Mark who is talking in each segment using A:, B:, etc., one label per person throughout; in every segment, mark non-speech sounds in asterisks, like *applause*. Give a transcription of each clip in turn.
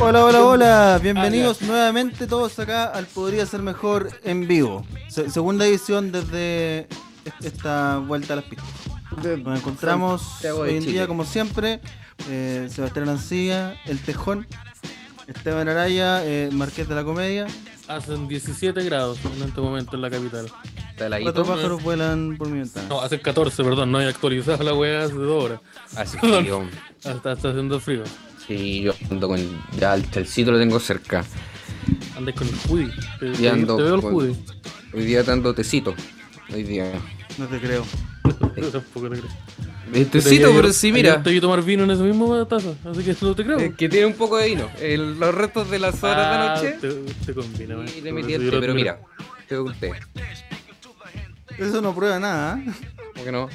A: Hola, hola,
B: Ah,
A: hola. Bienvenidos nuevamente todos acá al Podría Ser Mejor en vivo. Se- segunda edición desde es- esta vuelta a las pistas. Nos encontramos
B: Santiago de
A: hoy en
B: Chile.
A: día, como siempre, eh, Sebastián Ancilla, El Tejón, Esteban Araya, eh, Marqués de la Comedia.
C: Hacen 17 grados en este momento en la capital.
B: Está heladito.
A: Cuatro pájaros vuelan por mi ventana.
C: No, hacen 14, perdón, no he actualizado la weá hace dos horas.
B: Hace frío.
C: Hasta está haciendo frío.
B: Sí, yo ando con. Ya el chalcito lo tengo cerca.
C: Andes con el hoodie. Te,
B: Y
C: te-
B: ando
C: te veo el
B: con-
C: hoodie.
B: Hoy día dando tecito. Hoy día.
A: No te creo.
C: Yo *laughs* tampoco te creo.
B: Eh, tecito,
C: Ayer-
B: pero sí,
C: ayer
B: mira.
C: Te vi tomar vino en esa misma taza, así que no te creo.
B: eh, Que tiene un poco de vino. El- los restos de las horas
C: Ah,
B: de noche.
C: Te, te combina,
B: Y
C: maestro,
B: le
C: por
B: metí
C: eso
B: el
C: yo
B: té,
C: lo
B: pero
C: admiro.
B: mira. Te oculté.
A: Eso no prueba nada. ¿eh?
B: ¿Cómo que no?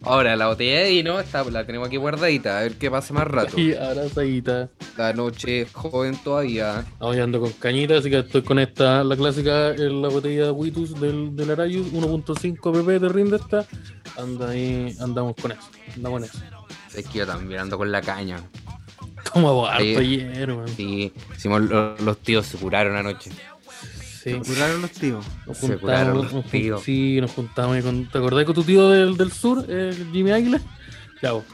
B: Ahora, la botella de vino está, la tenemos aquí guardadita. A ver qué pasa más rato.
C: Y abrazadita.
B: La noche es joven todavía.
C: Ahora ya ando con cañita, así que estoy con esta, la clásica, eh, la botella Witus del, del Arayus, 1.5 pp de rinde esta. Anda ahí, andamos con eso, andamos con eso.
B: Es que yo también ando con la caña.
C: Como harto
B: Ahí-
C: ayer, man.
B: Sí, hicimos- lo- los tíos se curaron anoche.
C: Sí.
A: Curaron los tíos.
C: Nos
B: Se curaron
C: juntamos,
B: los
C: nos jun-
B: tíos.
C: sí, nos juntamos. ahí con- ¿Te acordás con tu tío del, del sur, el Jimmy Águila? Ya, vos.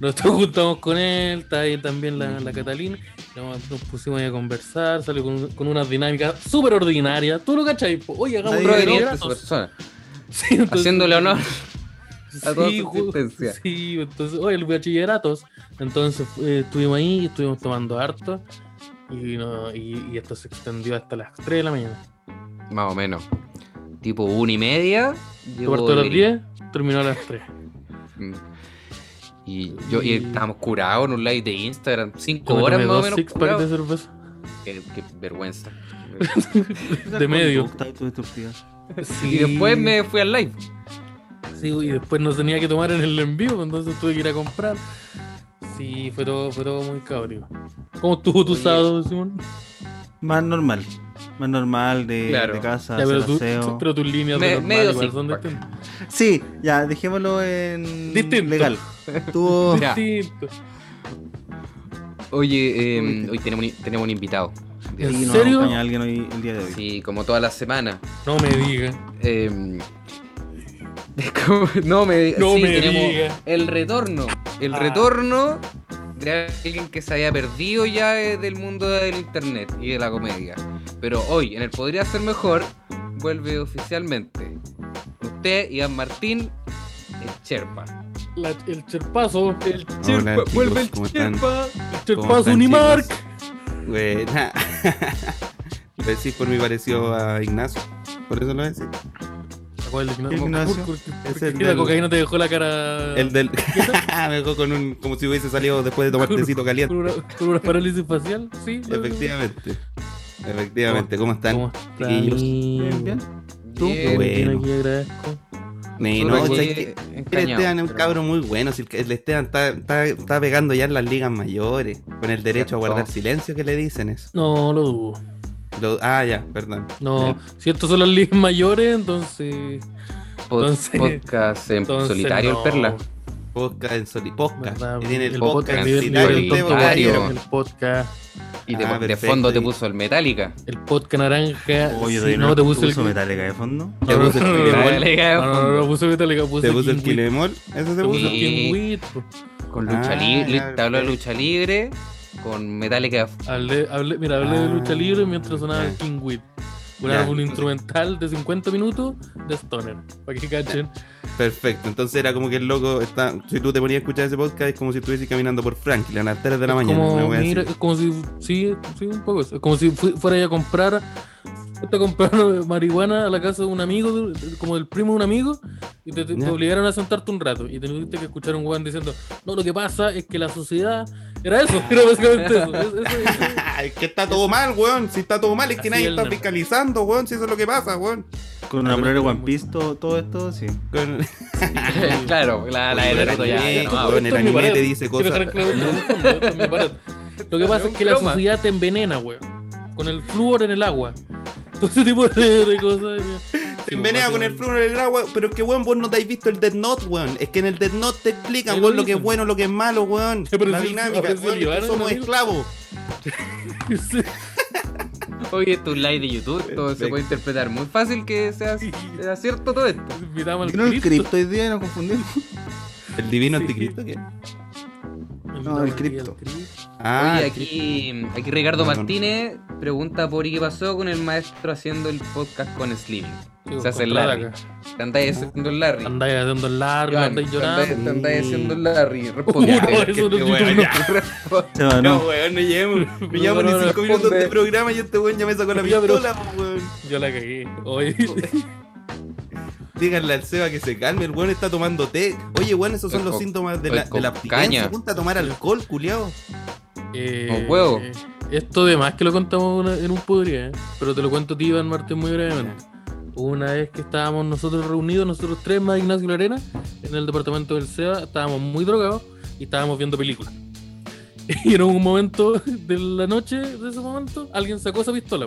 C: Nosotros *laughs* juntamos con él, está ahí también la, la Catalina. Nos, nos pusimos ahí a conversar, salió con, con unas dinámicas súper ordinarias. ¿Tú lo cachai? po? Oye, hagamos
A: Nadie
C: un
A: debería
B: Proveniente
C: programa.
B: de su persona.
C: *laughs* Sí, entonces-
B: Haciéndole
C: *laughs*
B: honor. a toda su
C: ju-
B: existencia.
C: Sí, entonces, oye, el bachilleratos. Entonces eh, estuvimos ahí, estuvimos tomando harto. Y, no- y- y esto se extendió hasta las 3 de la mañana.
B: Más o menos. Tipo una y media. llegó
C: Parto a las
B: Denis.
C: 10, terminó a las 3.
B: Mm. Y yo y estábamos curados en un live de Instagram. Cinco
C: Yo me
B: horas
C: tomé
B: más o
C: dos
B: menos.
C: six pack de
B: curados.
C: cerveza.
B: *laughs* Qué, qué
C: *laughs*
B: vergüenza.
A: Esa
C: *laughs* De medio.
A: conducta autodestructiva.
B: Y después me fui al live.
C: Sí, y después nos tenía que tomar en el envío, entonces tuve que ir a comprar. Sí, fue todo, fue todo muy cabrio. ¿Cómo estuvo tu
B: Oye.
C: sábado, Simón?
A: Más normal. Más normal de,
B: Claro.
A: de casa,
C: Ya, pero,
A: hacer
C: tú-
A: aseo.
C: pero tus líneas
B: Me-
C: de este normal,
B: medio
C: igual
B: six
C: son
B: pack.
C: distintas.
A: Sí, ya, dejémoslo en
C: Distinto.
A: legal.
C: *laughs*
A: Tuvo
B: Ya.
C: Distinto.
B: Oye,
C: em,
B: eh, hoy tenemos un, tenemos un invitado.
C: ¿En
A: Sí, nos
C: serio?
A: acompaña alguien hoy el día de hoy.
B: Sí, como toda la semana.
C: No me digas.
B: *laughs* Eh, es como- no me,
C: No
B: sí,
C: me
B: tenemos
C: diga.
B: el retorno. El
C: Ah.
B: retorno de alguien que se había perdido ya eh, del mundo del internet y de la comedia. Pero hoy, en el Podría Ser Mejor, vuelve oficialmente. Usted, Iván Martín, el Cherpa.
C: La- el cherpazo, el
D: Hola, chicos,
B: vuelve el
D: ¿cómo están?
B: Cherpa.
D: ¿Cómo
C: cherpazo
D: están,
C: Unimark.
D: Buena. *laughs* Lo decís por mi parecido a Ignacio. Por eso lo decís.
B: Ah.
C: ¿Cuál es el Ignacio?
A: Ignacio?
C: ¿Por qué- por
D: Es
C: qué
D: el
C: la
D: del-
C: cocaína te dejó la cara
D: El del. *laughs* Me dejó con un. como si hubiese salido después de tomar tecito
C: con
B: *laughs*
D: caliente.
C: una, con una parálisis facial?
D: *laughs*
C: Sí. yo-
D: Efectivamente. Efectivamente. ¿Cómo están?
C: ¿Cómo
D: chiquillos?
A: Bien, bien. Tú.
B: Bien,
D: Bueno.
C: Bien, aquí agradezco.
D: Ni-
B: Solo
D: no,
B: que
D: ¿sabes qué? El
B: encañado,
D: Esteban es un
B: pero-
D: cabro muy bueno. si el- el Esteban está, está- está pegando ya en las ligas mayores. Con el derecho a guardar
B: Cierto.
D: silencio que le dicen eso.
C: No, lo dudo.
D: Lo- ah, ya, perdón.
C: No, si estos son las ligas *laughs* mayores, entonces.
B: Pod-
C: Entonces-
B: podcast en
C: entonces
B: solitario,
C: no,
B: el Perla.
D: Podcast en soli. Podcast.
C: ¿verdad?
D: Y tiene el,
C: El
D: podcast,
B: podcast,
D: en
C: nivel-
D: solitario,
B: nivel
D: el
B: tonto
D: temporario.
B: varios.
C: El podcast,
B: Y de,
D: Ah,
B: de
D: perfecto,
B: fondo te
D: y-
B: puso el Metallica.
C: el podcast naranja.
A: Oye,
C: si no, te puse el.
A: Metallica de fondo.
C: No,
D: Te
C: no,
D: puse el
C: no, no,
D: Kilemol.
C: no, no, no, no, no, puse Metallica, puse
D: ¿Te puso el
C: King Wit.
D: Kilemol? ¿Eso se
C: Te
D: puso?
C: puse
B: Sí.
C: King Wit, po.
B: Con
D: Ah,
B: lucha libre.
D: ya,
B: Te habló de
D: perfecto.
B: lucha libre. Con Metallica
C: Hablé, hablé- mira, hablé de lucha
D: Ah,
C: libre mientras sonaba
D: ya.
C: King Wit. Un
D: Ya.
C: álbum instrumental de 50 minutos de Stoner. Para que cachen.
D: Perfecto, entonces era como que el loco está. Si tú te ponías a escuchar ese podcast, es como si estuviese caminando por Franklin a las 3 de la
C: Es
D: mañana. una
C: Como,
D: wea así.
C: mira, es como si. Sí, sí, un poco eso. Es como si fui- fuera a comprar. Fuiste a comprar *laughs* marihuana a la casa de un amigo, de- de- como del primo de un amigo, y te, te- te
D: Ya.
C: obligaron a sentarte un rato. Y tuviste que escuchar a un weón diciendo: No, lo que pasa es que la sociedad. Era eso, *laughs* era básicamente eso. Es- eso- eso-
D: es que está todo mal, weón. Si está todo mal, es que
C: Así
D: nadie
C: el
D: está
C: nombre.
D: fiscalizando, weón. Si eso es lo que pasa, weón.
A: Con una polera One Piece, todo, todo esto, sí.
D: *laughs* Con... *laughs*
B: *laughs* claro, la, la de
D: Oye,
B: Naruto ya, ya no
D: con
B: hablo.
D: Eh, ah, el
C: Esto es mi
D: anime
C: pared.
D: te dice
C: Quiero
D: cosas.
C: dejar claro esto, en el fondo, esto
D: *laughs*
C: es mi pared. Lo que pasa es que la
B: Broma.
C: suciedad te envenena, weón. Con el flúor en el agua. *laughs* Todo ese tipo de, de cosas.
D: Te envenena con el
C: *laughs*
D: flúor en el agua, pero es que, weón, vos no te habéis visto el Dead Note, weón. Es que en el Dead Note te
C: Ahí
D: explican,
C: lo
D: weón, lo que es
C: dicen.
D: bueno, lo que es malo, weón.
C: Pero
D: La
C: sí,
D: dinámica,
C: pero sí,
D: weón, es que
C: llevaron,
D: somos
C: amigo.
D: esclavos.
B: Oye, tu live de YouTube,
D: Eh,
B: todo se puede interpretar muy fácil que sea sea cierto todo esto.
C: Invitamos al
A: ¿Vieron el
C: cripto.
A: cripto hoy día? ¿Nos confundimos?
D: ¿El divino
C: Sí.
D: anticristo qué?
A: No, el cripto.
D: Ah,
B: Oye, aquí, aquí Ricardo
D: No, no, no.
B: Martínez pregunta por qué pasó con el maestro haciendo el podcast con Slim. Se hace el Larry. Te andáis haciendo el Larry.
C: Andáis haciendo el largo,
B: Iván,
C: andáis llorando.
B: Te andáis haciendo el
D: *laughs*
B: Larry. Responde.
C: no, eso no,
B: Que te
C: YouTube
B: voy a-
C: no.
B: Responde.
A: Se va,
D: No,
A: no.
D: weón, no llevamos, no
C: No,
D: llevamos
C: no,
D: ni
C: no,
D: cinco minutos
B: responde.
D: de programa y este weón ya me sacó la
C: Ya, pero-
D: pistola, po, weón.
C: Yo la cagué.
B: *laughs*
C: Oye,
D: Díganle al Seba que se calme, el weón está tomando té. Oye, weón, esos son
B: Estoy
D: los
B: con-
D: síntomas de
B: estoy
D: la, de la
B: con
D: abstinencia.
B: caña.
D: Ponte a tomar alcohol, culiao.
C: *laughs* eh,
B: Con huevo.
C: Esto de más que lo contamos una- en un podría, ¿eh? pero te lo cuento a ti, Iván Martín, muy brevemente. Una vez que estábamos nosotros reunidos, nosotros tres más Ignacio y la Arena, en el departamento del SEA, estábamos muy drogados y estábamos viendo películas. *laughs* Y en un momento de la noche, de ese momento, alguien sacó esa pistola.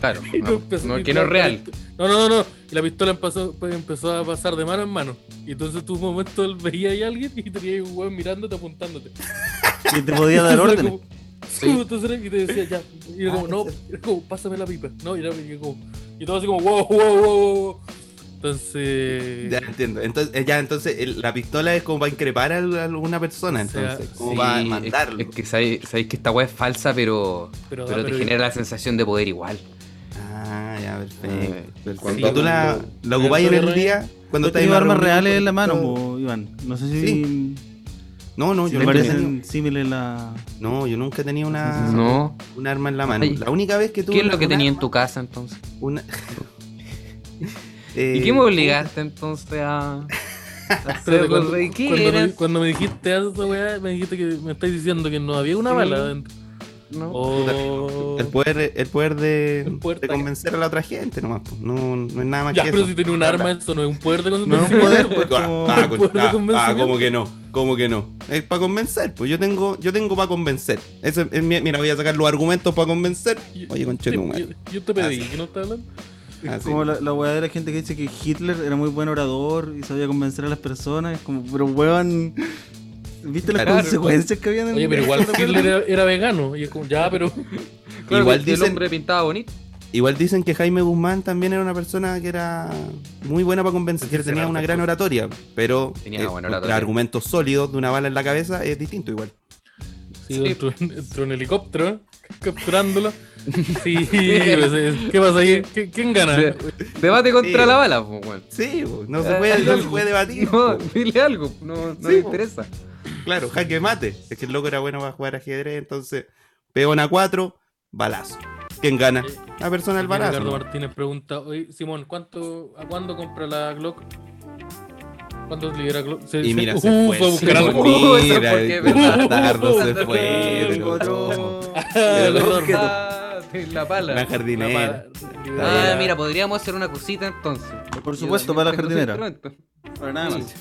B: Claro.
C: Y
B: no,
C: empezó-
B: no,
C: y
B: que no es
C: la-
B: real.
C: No, no, no, no. Y la pistola empezó, pues, empezó a pasar de mano en mano. Y entonces tú un momento veías ahí a alguien y tenías un weón mirándote, apuntándote.
A: Y te podía dar
C: Entonces *laughs* era
A: órdenes.
C: como-
B: Sí.
C: Entonces era- y te decía, ya. Y era como,
D: Ah,
C: no, era como, pásame la pipa. No, y era y era como. Y todo así como, wow, wow, wow, wow. Entonces.
D: Ya entiendo. Entonces, eh, ya, entonces el- la pistola es como para increpar a al- a alguna persona,
C: O sea,
D: entonces. Como
B: Sí,
D: para
B: es-
D: mandarlo.
B: Es, que sabéis, sabéis que esta weá es falsa, pero,
C: Pero
B: pero,
C: da-
B: te
C: pero-
B: genera la sensación de poder igual.
D: Ah, ya,
B: Eh,
D: perfecto. perfecto.
B: cuando-
D: ¿Y tú la, la ocupáis en
C: cuando-
D: el día? Cuando
A: Cuando
D: estáis en
A: tengo
D: una
A: armas
D: reunión
A: reales
D: con-
A: en la mano, po, Iván. No sé si,
D: No, no,
A: si
D: yo
A: te
D: nunca he tenido-
A: parecen símiles la.
D: No, yo nunca tenía
A: Ah.
D: una,
B: No.
D: un arma en la mano.
B: Ay.
D: La única vez que tuve
B: ¿Qué es lo
D: una-
B: que
D: una-
B: tenía en tu casa entonces?
D: una-
B: ¿Y
D: Eh,
B: qué me obligaste entonces
D: *laughs*
B: a.? a hacer
C: Espérate, cuando,
B: cosas? ¿Y qué
C: cuando me,
B: eran?
C: cuando me dijiste esa weá, me dijiste que me estáis diciendo que no había una
B: Sí.
C: bala adentro.
B: No.
C: Oh.
D: El poder, el poder de,
C: El poder
D: de convencer a la otra gente nomás. pues. No, no es nada más
C: Ya,
D: que
C: pero
D: eso.
C: si tenía un arma, eso no es un poder de
A: No es un
D: *laughs*
A: poder, pues, como-
D: Ah, con-
C: poder de
D: ah, ah,
C: convencimiento.
D: como que no, como que no. Es para convencer, pues yo tengo, yo tengo para convencer. Ese es mi- mira, voy a sacar los argumentos para convencer. Oye,
C: yo,
D: conchetumare. Ah,
C: yo te pedí
D: Así.
C: que no estás hablando.
A: Es
D: Así.
A: como la, la weá de la gente que dice que Hitler era muy buen orador y sabía convencer a las personas. Es como, pero weón. ¿Viste las
B: Claro.
A: consecuencias que habían en
C: Oye, pero igual Hitler era, era vegano. Y es como, ya, pero.
B: Claro,
D: Igual
B: el
D: dicen-
B: hombre pintaba bonito.
D: Igual dicen que Jaime Guzmán también era una persona que era muy buena para convencer, que tenía una gran oratoria, pero
B: Tenía
D: eh,
B: buena
D: contra
B: oratoria.
D: argumentos sólidos de una bala en la cabeza es distinto igual.
C: Sí,
B: Sí.
C: Entró, entró un helicóptero, ¿eh? capturándolo. Sí, pues, eh, ¿qué pasa ahí? ¿Qui- ¿Quién gana?
B: De- Debate contra
D: Sí.
B: la bala, pues, weón.
D: Sí, po, no se puede, Eh, no se puede debatir.
B: No,
D: po.
B: dile algo, no, no
D: Sí,
B: le
D: po.
B: interesa.
D: Claro, jaque mate. Es que el loco era bueno para jugar ajedrez, entonces peón a 4, balazo. ¿Quién gana? La persona del balazo.
C: Ricardo
D: ¿no?
C: Martínez pregunta, oye, Simón, ¿cuánto, ¿a cuándo compra la Glock? ¿Cuándo libera Glock? Se-
D: Y
C: se-
D: mira,
C: uh,
D: se fue.
C: fue a buscar
B: sí,
C: algo.
B: fue.
D: Mira,
B: Eso porque
D: el
B: me
D: bastardo se
C: mataron.
D: fue.
C: Tengo
D: pero
A: otro.
D: no.
C: Ah, perdón.
B: Ah, de la pala.
D: La jardinera.
B: Ah, mira, podríamos hacer una cosita entonces.
A: Por
B: Yo
A: supuesto, pala
B: también tengo
A: jardinera.
B: ese instrumento.
A: Para nada más.
B: Sí.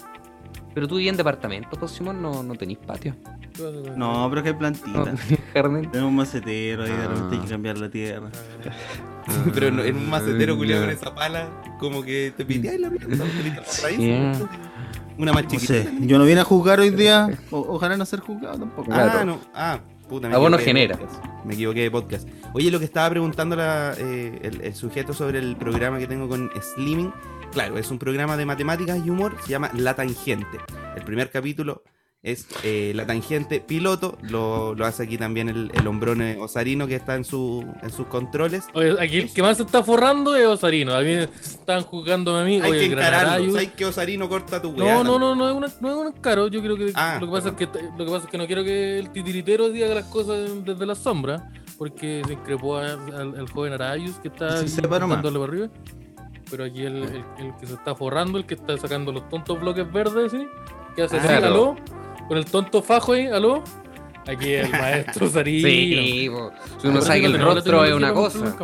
B: Pero tú vivías en departamento, pues Simón, no, no tenís patio.
A: No, pero que hay
B: No *laughs*
A: plantita.
B: tenís jardín.
A: Tenemos un macetero ahí, de repente hay que
B: Ah.
A: cambiar la tierra.
D: *laughs* Pero no- en un
A: Ah,
D: macetero culiado con esa pala, como que te piteáis la mierda. te piteáis la raíz.
B: Yeah.
D: Una más
A: No
D: chiquita.
A: sé, yo no vine a juzgar hoy día. o- ojalá no ser juzgado tampoco.
D: Ah,
B: Claro.
D: no. Ah, puta. me
B: A vos no
D: equivoqué de
B: genera.
D: podcast. Me equivoqué de podcast. Oye, lo que estaba preguntando la, eh, el, el sujeto sobre el programa que tengo con Slimming. Claro, es un programa de matemáticas y humor. Se llama La Tangente. El primer capítulo es eh, La Tangente Piloto. Lo, lo hace aquí también el, el hombrón eh, Osarino que está en, su, en sus controles.
C: Oye, aquí el que más se está forrando es Osarino. A mí están juzgándome a mí.
D: Hay
C: Oye,
D: que
C: el Granarayus.
D: encararlo. Hay que Osarino corta tu weá.
C: No, no, no, no es, una, no es un caro. Yo creo que,
D: Ah,
C: lo, que pasa es que lo que pasa es que no quiero que el titiritero diga las cosas desde la sombra, porque se increpó a- al, al joven Arayus que está
A: Sí,
C: ahí
A: sepa nomás.
C: dándole para arriba. Pero aquí el, el- el que se está forrando, el que está sacando los tontos bloques verdes, ¿sí? Que hace así,
B: Claro.
C: aló, con el tonto fajo ahí, aló. Aquí el maestro Sarino.
B: Sí, po. si uno sabe que el rostro es una cosa.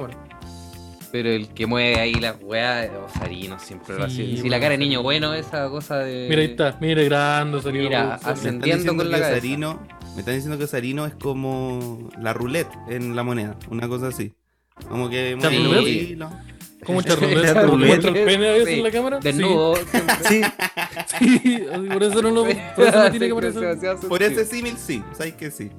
B: Pero el que mueve ahí las weas, Osarino siempre lo
C: Sí,
B: hace. Si
C: bueno,
B: la cara de
C: Osarino.
B: niño bueno, esa cosa de.
C: Mira, ahí está. Mira, grande, salió.
B: Eh, Mira,
C: salió.
D: Me están
B: Ascendiendo
D: diciendo
B: con la
D: que
B: cabeza.
D: Osarino- me están diciendo que Osarino es como la roulette en la moneda, una cosa así. Como que mueve los
B: roulette?
D: hilos.
B: *laughs*
C: ¿Cómo
A: Charrulete.
C: charrulete? ¿Cómo muestra el pene a veces en la
B: Sí,
C: cámara? *laughs*
B: Desnudo. siempre.
A: Sí,
C: Sí, sí, así, por eso no lo. Por eso no tiene que aparecer.
A: *laughs*
D: Por ese símil sí, sabes que sí.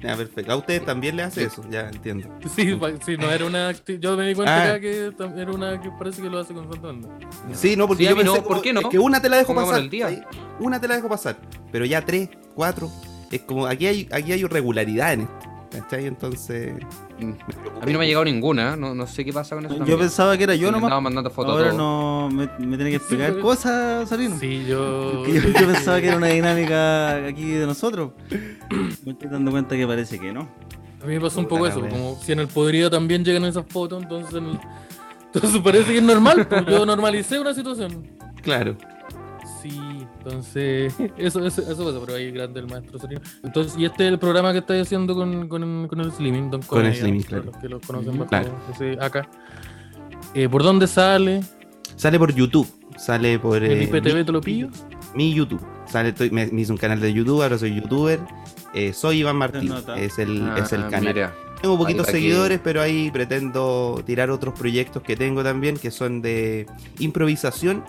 D: Ya, perfecto. A ustedes también le hace eso, ya entiendo.
C: Sí, pa- sí, no era una. acti- Yo me di
D: Ah.
C: cuenta acá que tam- era una que parece que lo hace constantemente.
D: Sí, no, porque
B: Sí, a
D: yo
B: mí no,
D: pensé
B: ¿por
D: como-
B: qué no?
D: Es que una te la dejo
B: Pongámoslo
D: pasar.
B: al día.
D: ¿sí? Una te la dejo pasar. Pero ya tres, cuatro. Es como, aquí hay, aquí hay irregularidad en esto. ¿Cachai? Entonces.
B: A mí no me ha llegado ninguna, ¿eh? no, no sé qué pasa con eso.
A: yo
B: también.
A: pensaba que era yo
B: Me
A: nomás.
B: Estaba mandando fotos. a
A: Ahora
B: todos.
A: no me, me tiene que explicar
C: Sí, pero-
A: cosas, Sarino.
C: Sí, yo.
A: Porque *laughs* Yo, yo pensaba que era una dinámica aquí de nosotros. Me estoy dando cuenta que parece que no.
C: A mí me pasó un poco
D: Puta
C: eso,
D: la wea.
C: como si en el podrido también llegan esas fotos, entonces. en el- Entonces parece que es normal, pues, yo normalicé una situación.
D: Claro.
C: Sí, entonces. *laughs* Eso, eso, eso pasa, pero ahí grande el maestro Serino. Entonces, y este es el programa que estáis haciendo con, con, con el Slimming, Don
D: Con el
C: Comedia,
D: Slimming,
C: para
D: claro.
C: Los que los conocen bajo
D: Claro.
C: ese acá. Eh, ¿Por dónde sale?
D: Sale por YouTube. Sale por.
C: ¿El
D: eh,
C: IPTV te lo pillo?
D: mi YouTube. Sale, estoy- me, me hice un canal de YouTube, ahora soy youtuber. Eh, soy Iván Martín.
A: nota.
D: Es el,
B: Ah,
D: es el canal.
B: mira.
D: Tengo poquitos
B: Ahí va que-
D: seguidores, pero ahí pretendo tirar otros proyectos que tengo también, que son de improvisación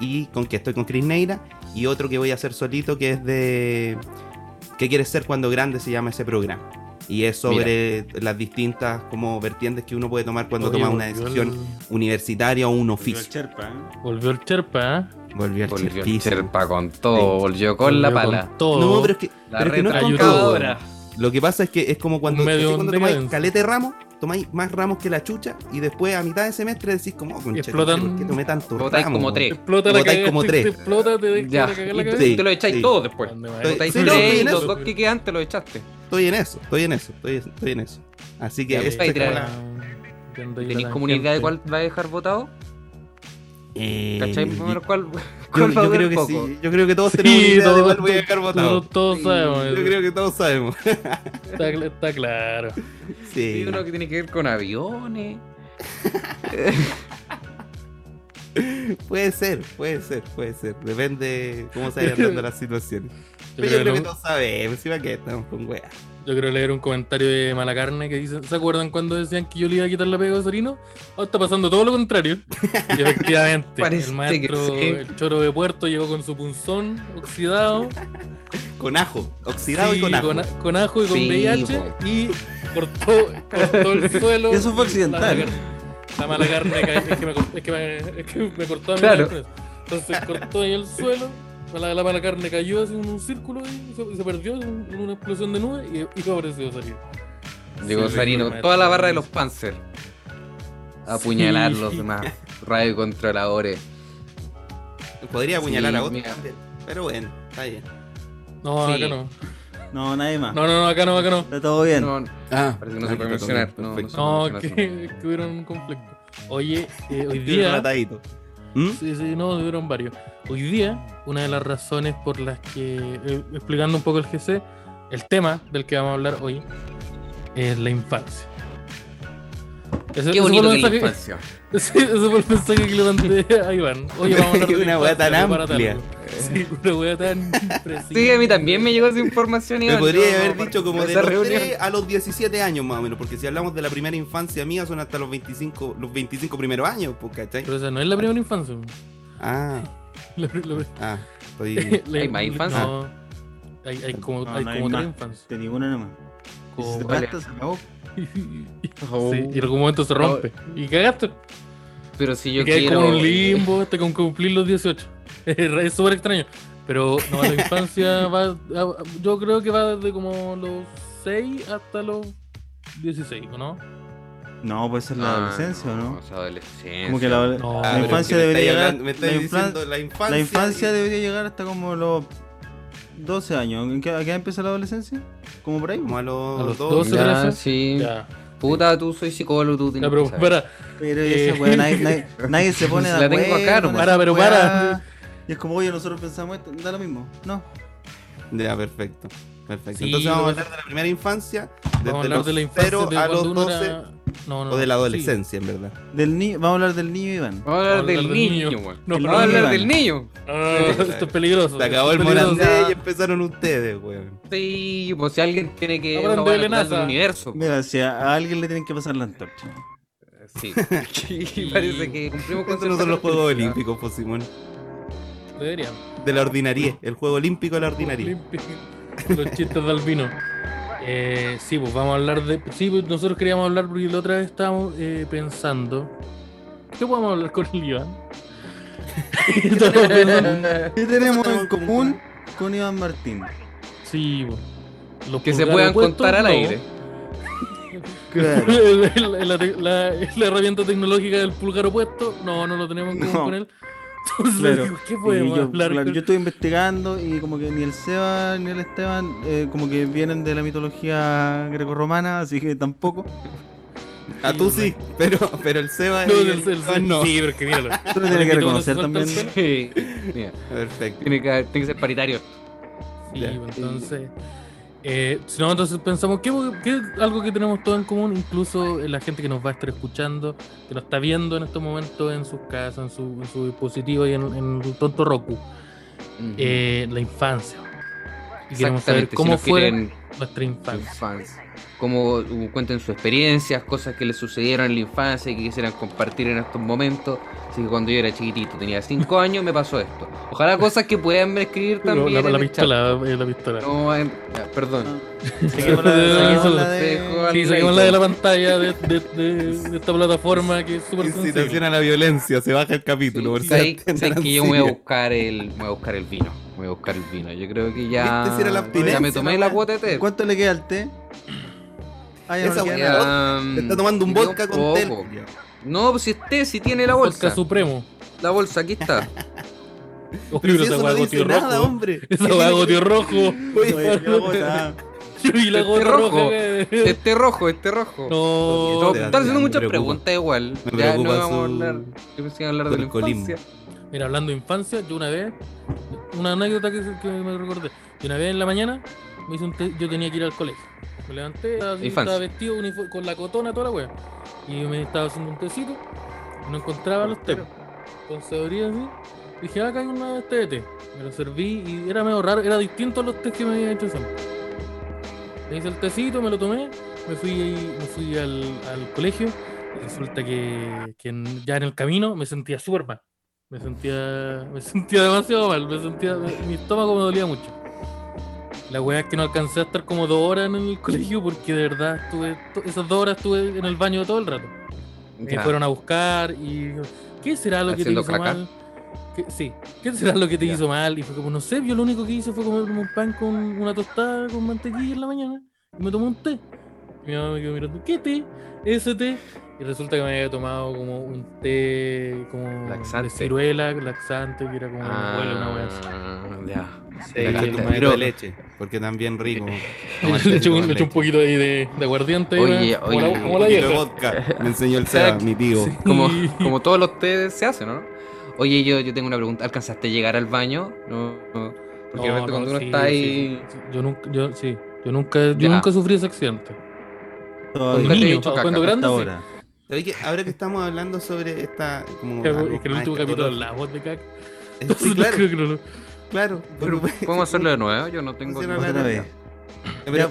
D: y con que estoy con Chris Neira. Y otro que voy a hacer solito, que es de ¿Qué quieres ser cuando grande? se llama ese programa. Y es sobre las distintas como vertientes que uno puede tomar cuando
C: Oye,
D: toma una
C: volvió
D: decisión
C: el-
D: universitaria o un oficio.
A: Cherpa,
C: Volvió el Cherpa, ¿eh?
D: Volvió al
B: Volvió el
D: chirpismo.
B: Sherpa con todo,
D: Sí.
B: volvió con la
C: Volvió
B: pala.
C: con todo.
D: No, pero es que,
B: La
D: pero es que no es
B: reta
D: con
C: YouTube.
D: todo. Lo que pasa es que es como cuando,
C: Un medio
D: ¿cachai? cuando
C: de
D: tomáis
C: cadencia.
D: calete ramos, tomáis más ramos que la chucha y después a mitad de semestre decís como, oh, conchetumare,
C: Explotan-
D: ¿por qué tomé tanto
B: Botáis
D: ramo?
B: como tres.
C: Explota la
D: Botáis
C: cabeza.
D: como
C: te-
D: tres.
C: te Explota, te deja
B: Ya.
C: cagar la
D: Y-
C: cabeza.
D: Sí,
B: Te lo echáis
D: sí.
B: todo después.
C: Ande,
D: Estoy-
C: maestro.
B: Botáis
D: sí, no,
B: tres
D: estoy
B: y
D: en
B: los
D: eso.
B: dos que quedaste los echaste.
D: Estoy en eso, estoy en eso, estoy, estoy en eso. Así que
B: Ya,
C: pues,
B: pues,
D: esto
B: ahí
D: es como
B: trae.
D: la-
B: ¿Tenéis como una idea
C: *laughs*
B: de cuál va a dejar votado?
D: Eh,
B: ¿Cachai? Más o menos cuál,
D: yo,
B: *laughs* cuál va a
D: yo
B: durar
D: creo que
B: poco.
D: sí, yo creo que todos tenemos una idea de cuál
C: *laughs*
D: voy a dejar votado.
C: Todos, todos
B: Sí,
C: sabemos.
D: Yo
C: eso.
D: creo que
B: *laughs*
D: todos sabemos.
C: Está, cl- está
D: *laughs*
C: claro.
D: Sí.
B: Sí, uno que tiene que ver con aviones.
D: Puede ser, puede ser, puede ser. Depende cómo se vayan dando las situaciones.
C: *laughs* Yo
D: Pero yo
C: creo,
D: creo que
C: lo-
D: todos sabemos, si va que estamos con weas.
C: yo creo leer un comentario de Malacarne que dice: ¿Se acuerdan cuando decían que yo le iba a quitar la pega a Sarino? Ahora está pasando todo lo contrario.
D: *laughs*
C: Y efectivamente,
B: Parece
C: el maestro,
B: que sí.
C: el choro de puerto, llegó con su punzón oxidado.
D: Con ajo, oxidado y
C: sí,
D: con ajo.
C: a- con ajo y con
B: Sí,
C: VIH.
B: po.
C: Y cortó, cortó el suelo.
A: Eso fue accidental.
C: La mala carne- La mala carne que- es que me, cor- es que me- es que me cortó a mí.
B: Claro.
C: con eso. Entonces cortó ahí el suelo. La, la mala carne cayó así en un círculo y se, y se perdió en en una explosión de nubes y, y apareció salir.
B: Llegó
D: pues,
C: Sí,
B: Sarino,
C: maestro.
B: toda la barra de los Panzer. A Apuñalar los
C: Sí.
B: demás. Radio controladores.
D: Podría apuñalar
B: Sí,
D: a otro
B: mira.
D: también, Pero bueno, está bien.
C: No,
B: Sí.
C: acá no.
A: No, nadie más.
C: No, no, no, acá
A: *laughs*
C: no, acá no.
A: Está todo bien.
B: No,
D: Ah,
B: parece que no se puede mencionar. No, no se puede
C: No, que,
B: mencionar.
C: que hubieron un conflicto. Oye, eh, hoy día.
D: ¿Mm?
C: Sí, sí, no, tuvieron varios. Hoy día, una de las razones por las que, eh, explicando un poco el GC, el tema del que vamos a hablar hoy es la infancia. Ese-
B: Qué
C: ese
B: bonito
C: fue el
B: que es la
C: mensaje-
B: infancia.
C: *laughs* Sí, ese fue el mensaje que le mandé a Iván. Oye, vamos a
B: *laughs*
C: hablar de la
D: Una wea tan
C: infancia, prepárate
D: amplia.
C: algo. Sí, una wea tan precisa.
B: Sí, a mí también me llegó esa información.
D: Me
B: Iván.
D: podría
B: Yo
D: haber
B: no
D: dicho como de
B: participé
D: los
B: esa reunión.
D: 3 a los 17 años más o menos, porque si hablamos de la primera infancia mía son hasta los 25, los 25 primeros años, pues, ¿cachai?
C: Pero esa no es la primera infancia.
D: Ah,
C: La pri- la pri-
D: ah,
C: *laughs*
D: estoy...
C: la-
B: Hay más infancia.
C: no, hay, hay como,
A: No,
C: hay
A: no hay
C: como tres
A: más.
C: infancias. *laughs*
A: Te digo una nomás. Y si
C: Como-
A: te
B: Vale.
A: basta, se acabó.
B: Oh.
C: Sí, y en algún momento se rompe. Y cagaste.
B: Pero si
C: Yo
B: yo
C: quedé
B: quiero.
C: como en un limbo hasta con cumplir los 18. *laughs* es súper extraño. Pero no, la infancia
B: *laughs*
C: va. a- Yo creo que va desde como los 6 hasta los 16, ¿o ¿no?
A: No, puede ser
B: Ah,
A: la adolescencia, ¿o ¿no?
B: Es adolescencia.
A: Como que la,
C: No,
A: la
C: pero
A: infancia
D: es Ah, que
A: debería
D: me
A: llegar.
D: estáis hablando- me
A: la
D: estáis
A: inflan-
D: diciendo la infancia.
A: La infancia
D: y-
A: debería llegar hasta como los 12 años. ¿En qué, ¿A qué edad empieza la adolescencia? ¿Como por ahí?
D: Como a los,
C: A los
D: 12.
C: 12.
B: Ya,
C: ¿13?
B: sí.
C: Ya.
B: Puta, tú soy psicólogo, tú tienes
C: Ya, pero
B: que saber.
C: para.
A: Pero esa
C: Eh.
A: weá, nadie, nadie- nadie se pone de
B: La
A: acuerdo.
B: tengo acá, nomás.
A: en
C: Para,
A: esa
C: pero
A: weá.
C: para.
A: Y es como, oye, nosotros pensamos esto, da lo mismo. No.
D: Ya, perfecto. Perfecto.
C: Sí,
D: Entonces vamos a
C: lo-
D: hablar de la primera infancia, desde
C: Vamos a hablar
D: los
C: de la infancia
D: 0
C: de
D: a
C: cuando
D: los
C: uno
D: 12,
C: era. No, no,
D: O de la
C: sí.
D: adolescencia, en verdad.
A: Del ni- Vamos a hablar del niño Iván.
B: Vamos a hablar del niño, weón.
C: No,
B: Vamos a
A: niño,
B: hablar
A: Iván.
B: del niño.
C: No, no, no, esto es peligroso.
D: Se acabó el
C: esto es peligroso.
D: morandé y empezaron ustedes, weón.
B: Sí, pues si alguien tiene que
C: Aprende
B: una
C: de
B: weá natural
C: NASA.
B: del universo.
A: Mira, si a, a alguien le tienen que pasar la antorcha. *laughs*
B: Sí. *laughs* Y parece que cumplimos con
D: Estos no son los Juegos Olímpicos, po, Simón.
C: Deberían.
D: De la ordinaría. El Juego Olímpico de la ordinaría.
C: Olímpico. Los chistes de Albino. Eh, sí, pues vamos a hablar de. Sí, pues nosotros queríamos hablar porque la otra vez estábamos eh, pensando. ¿Qué podemos hablar con el Iván?
B: *laughs*
C: *laughs* Estábamos pensando-
A: ¿Qué tenemos en común con Iván Martín?
C: sí, pues. Los
B: Que se
C: pulgares
B: puedan
C: opuestos,
B: contar al
C: no. *laughs*
B: aire.
A: Claro.
C: la, la- la- la herramienta tecnológica del pulgar opuesto, no, no lo tenemos en común
A: No.
C: con él. *laughs* Entonces,
A: Claro.
C: ¿qué
A: Y
C: podemos
A: yo,
C: hablar?
A: claro,
C: con-
A: yo estoy investigando y como que ni el Seba ni el Esteban eh, como que vienen de la mitología grecorromana, así que tampoco.
D: A tú sí, pero, pero el
C: *laughs*
D: Seba
C: No,
D: y
C: el-
D: el,
C: el-
A: Ah,
D: Iván no.
C: Sí, porque míralo.
A: Tú lo tienes que reconocer también.
B: Sí. Mira,
D: Perfecto.
B: tiene que, tiene que ser paritario.
C: Sí,
D: Ya.
C: pues, entonces. eh, si no, entonces pensamos, ¿qué, qué- algo que tenemos todo en común? Incluso eh, la gente que nos va a estar escuchando, que nos está viendo en estos momentos en sus casas, en su, en su dispositivo y en, en su tonto Roku. eh, la infancia. Y queremos saber
B: Exactamente, si
C: cómo
B: nos
C: fue
B: quieren
C: nuestra infancia.
B: infancia. Cómo uh, cuenten sus experiencias, cosas que les sucedieron en la infancia y que quisieran compartir en estos momentos. Así que cuando yo era chiquitito, tenía 5 años, me pasó esto. Ojalá cosas que puedan escribir también.
C: la,
B: en
C: la
B: el chat.
C: pistola, eh, la pistola.
B: No, en- ah, perdón.
A: Saquemos la- saquemos la de-
C: Sí, saquemos la de la pantalla de, de- de- de esta plataforma que es súper
D: Incitación
C: sensible.
D: a la violencia. Se baja el capítulo. por
B: Sí,
D: si
B: sabéis-
D: atentan
B: sabéis
D: al
B: que yo voy a
D: Sirius.
B: buscar el, voy a buscar el vino. Voy a buscar el vino. Yo creo que ya.
D: Viste, si
B: ya
D: era la
B: me
D: abstinencia,
B: tomé
D: la
B: la
D: weá.
B: cuota de té.
A: ¿Cuánto le queda al té? Ah, ya no
D: Esa
A: le queda
D: weá.
A: nada.
B: Ya, mm,
D: Te está tomando un
B: queda
D: vodka con
B: poco.
D: tel.
B: No, pues si es té, si tiene la
C: Vodka
B: bolsa.
C: Supremo.
B: La bolsa, aquí
C: *laughs*
B: está.
C: Oh,
D: Pero si
C: esa
D: eso
C: hueá
D: no dice
C: gotio
D: nada,
C: rojo.
D: hombre.
C: Esa hueá gotio rojo.
D: Oye,
A: Oye, qué bota.
C: *laughs* Yo vi la
B: Este
C: gota
B: rojo.
C: roja. que-
B: Este rojo, este rojo.
C: No.
B: No,
D: Te-
B: están haciendo
D: me
B: muchas
D: preocupa.
B: preguntas igual.
D: Me
B: ya no
D: preocupa
B: vamos a
D: su-
B: hablar. Yo pensé que iba a hablar de la
D: alcoholismo.
B: infancia.
C: Mira, hablando de infancia, yo una vez, una anécdota que, que me recordé. Yo una vez en la mañana me hice un té- yo tenía que ir al colegio. Me levanté, estaba, así,
B: Infancia.
C: estaba vestido uniforme, con la cotona toda la wea. Y me estaba haciendo un tecito y no encontraba los té. Entonces abrí así, dije, ah, acá hay una de este de té. Me lo serví y era medio raro, era distinto a los tés que me había hecho siempre. Me hice el tecito, me lo tomé, me fui, me fui al, al colegio. y Resulta que, que en- ya en el camino me sentía súper mal. Me sentía, me sentía demasiado mal, me sentía, me- mi estómago me dolía mucho. La weá es que no alcancé a estar como dos horas en el colegio porque de verdad estuve, to- esas dos horas estuve en el baño todo el rato. Me
B: Ya.
C: fueron a buscar y ¿qué será lo que te
B: Haciendo
C: hizo
B: crack, ¿ah?
C: mal? ¿Qué, sí, ¿qué será lo que te
B: Ya.
C: hizo mal? Y fue como, no sé, yo lo único que hice fue comerme un pan con una tostada con mantequilla en la mañana y me tomé un té. Y mi mamá me quedó mirando, ¿qué té? Ese té. Y resulta que me había tomado como un té como
B: Laxante.
C: de ciruela, laxante, que era como una huele, una hueá así.
B: Ah, ya.
C: Sí,
D: Cacha,
C: que
D: tu
B: la-
D: madre
B: pero-
D: de leche. Porque
B: *laughs*
D: también rico.
C: *laughs* le eché un, le eché un poquito ahí de, de aguardiente.
B: Oye,
C: ¿verdad? como
B: oye,
C: la, como la
B: oye,
C: vieja.
D: de vodka. Me enseñó el
B: Seba,
D: Seba, mi tío.
C: Sí. *laughs*
B: Como,
C: Y-
B: como todos los test se hacen, ¿no? Oye, yo, yo tengo una pregunta. ¿Alcanzaste a llegar al baño? No. no. Porque
C: No,
B: realmente
C: no,
B: cuando uno
C: sí,
B: está
C: sí,
B: ahí.
C: sí, sí. Yo nunca, yo, sí, yo nunca, yo
B: Ya.
C: nunca sufrí ese accidente.
A: Todavía,
B: Nunca te he
C: niño,
B: dicho
C: cuando
B: caca,
A: hasta
C: grande, sí.
A: ahora.
D: ¿Sabes qué? Ahora que estamos hablando sobre esta. Como,
C: Que-
D: algo
C: que el
D: más
C: último capítulo *laughs*
D: escatológico.
C: la voz de caca.
D: *laughs* Sí, claro,
C: Creo que no lo-
D: claro.
B: Pero
C: *laughs*
D: porque-
B: podemos hacerlo de nuevo, yo no tengo.
D: Funciona
A: Otra
D: la-
A: vez.
D: Pero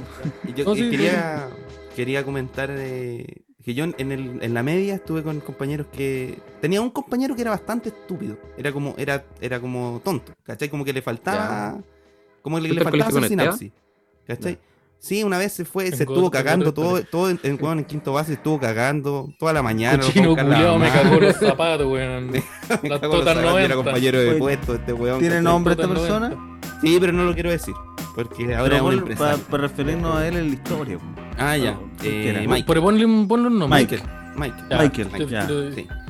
D: yo
C: No, sí,
D: quería, quería comentar eh, que yo en, el- en la media estuve con compañeros que. Tenía un compañero que era bastante estúpido. Era como, era, era como tonto, ¿cachai? Como que le faltaba. Como que
B: ¿Fuiste
D: le
B: al colegio
D: faltaba su
B: con Esteban?
D: sinapsis. ¿Cachai? Sí, una vez se fue, se
C: En
D: estuvo
C: Gold,
D: cagando
C: en
D: todo,
C: Gold,
D: todo en, en, weón, en quinto base, estuvo cagando toda la mañana. lo fue a
C: Cochino
D: buscar la
C: culiao, me
D: mamá,
C: cagó los zapatos, weón.
D: *laughs* me
C: las
D: cagó los
C: totas
D: zapatos, yo era
C: 90.
D: compañero de
A: Oye,
D: puesto este weón.
A: ¿Tiene
D: ¿cachai?
A: nombre esta
C: Total
A: persona?
D: Sí, pero no lo quiero decir. Porque ahora es un
A: para,
D: empresario.
A: referirnos a él en la historia. po.
D: Ah, ya.
A: ¿Quién
D: Eh,
A: era?
D: Mike.
C: Pero ponle, un- ponle un nombre.
A: Mike.
D: este Mike.
C: Ya,
A: Michael,
C: te-
A: ya,
C: te-
D: Sí.
C: Es
D: Claro,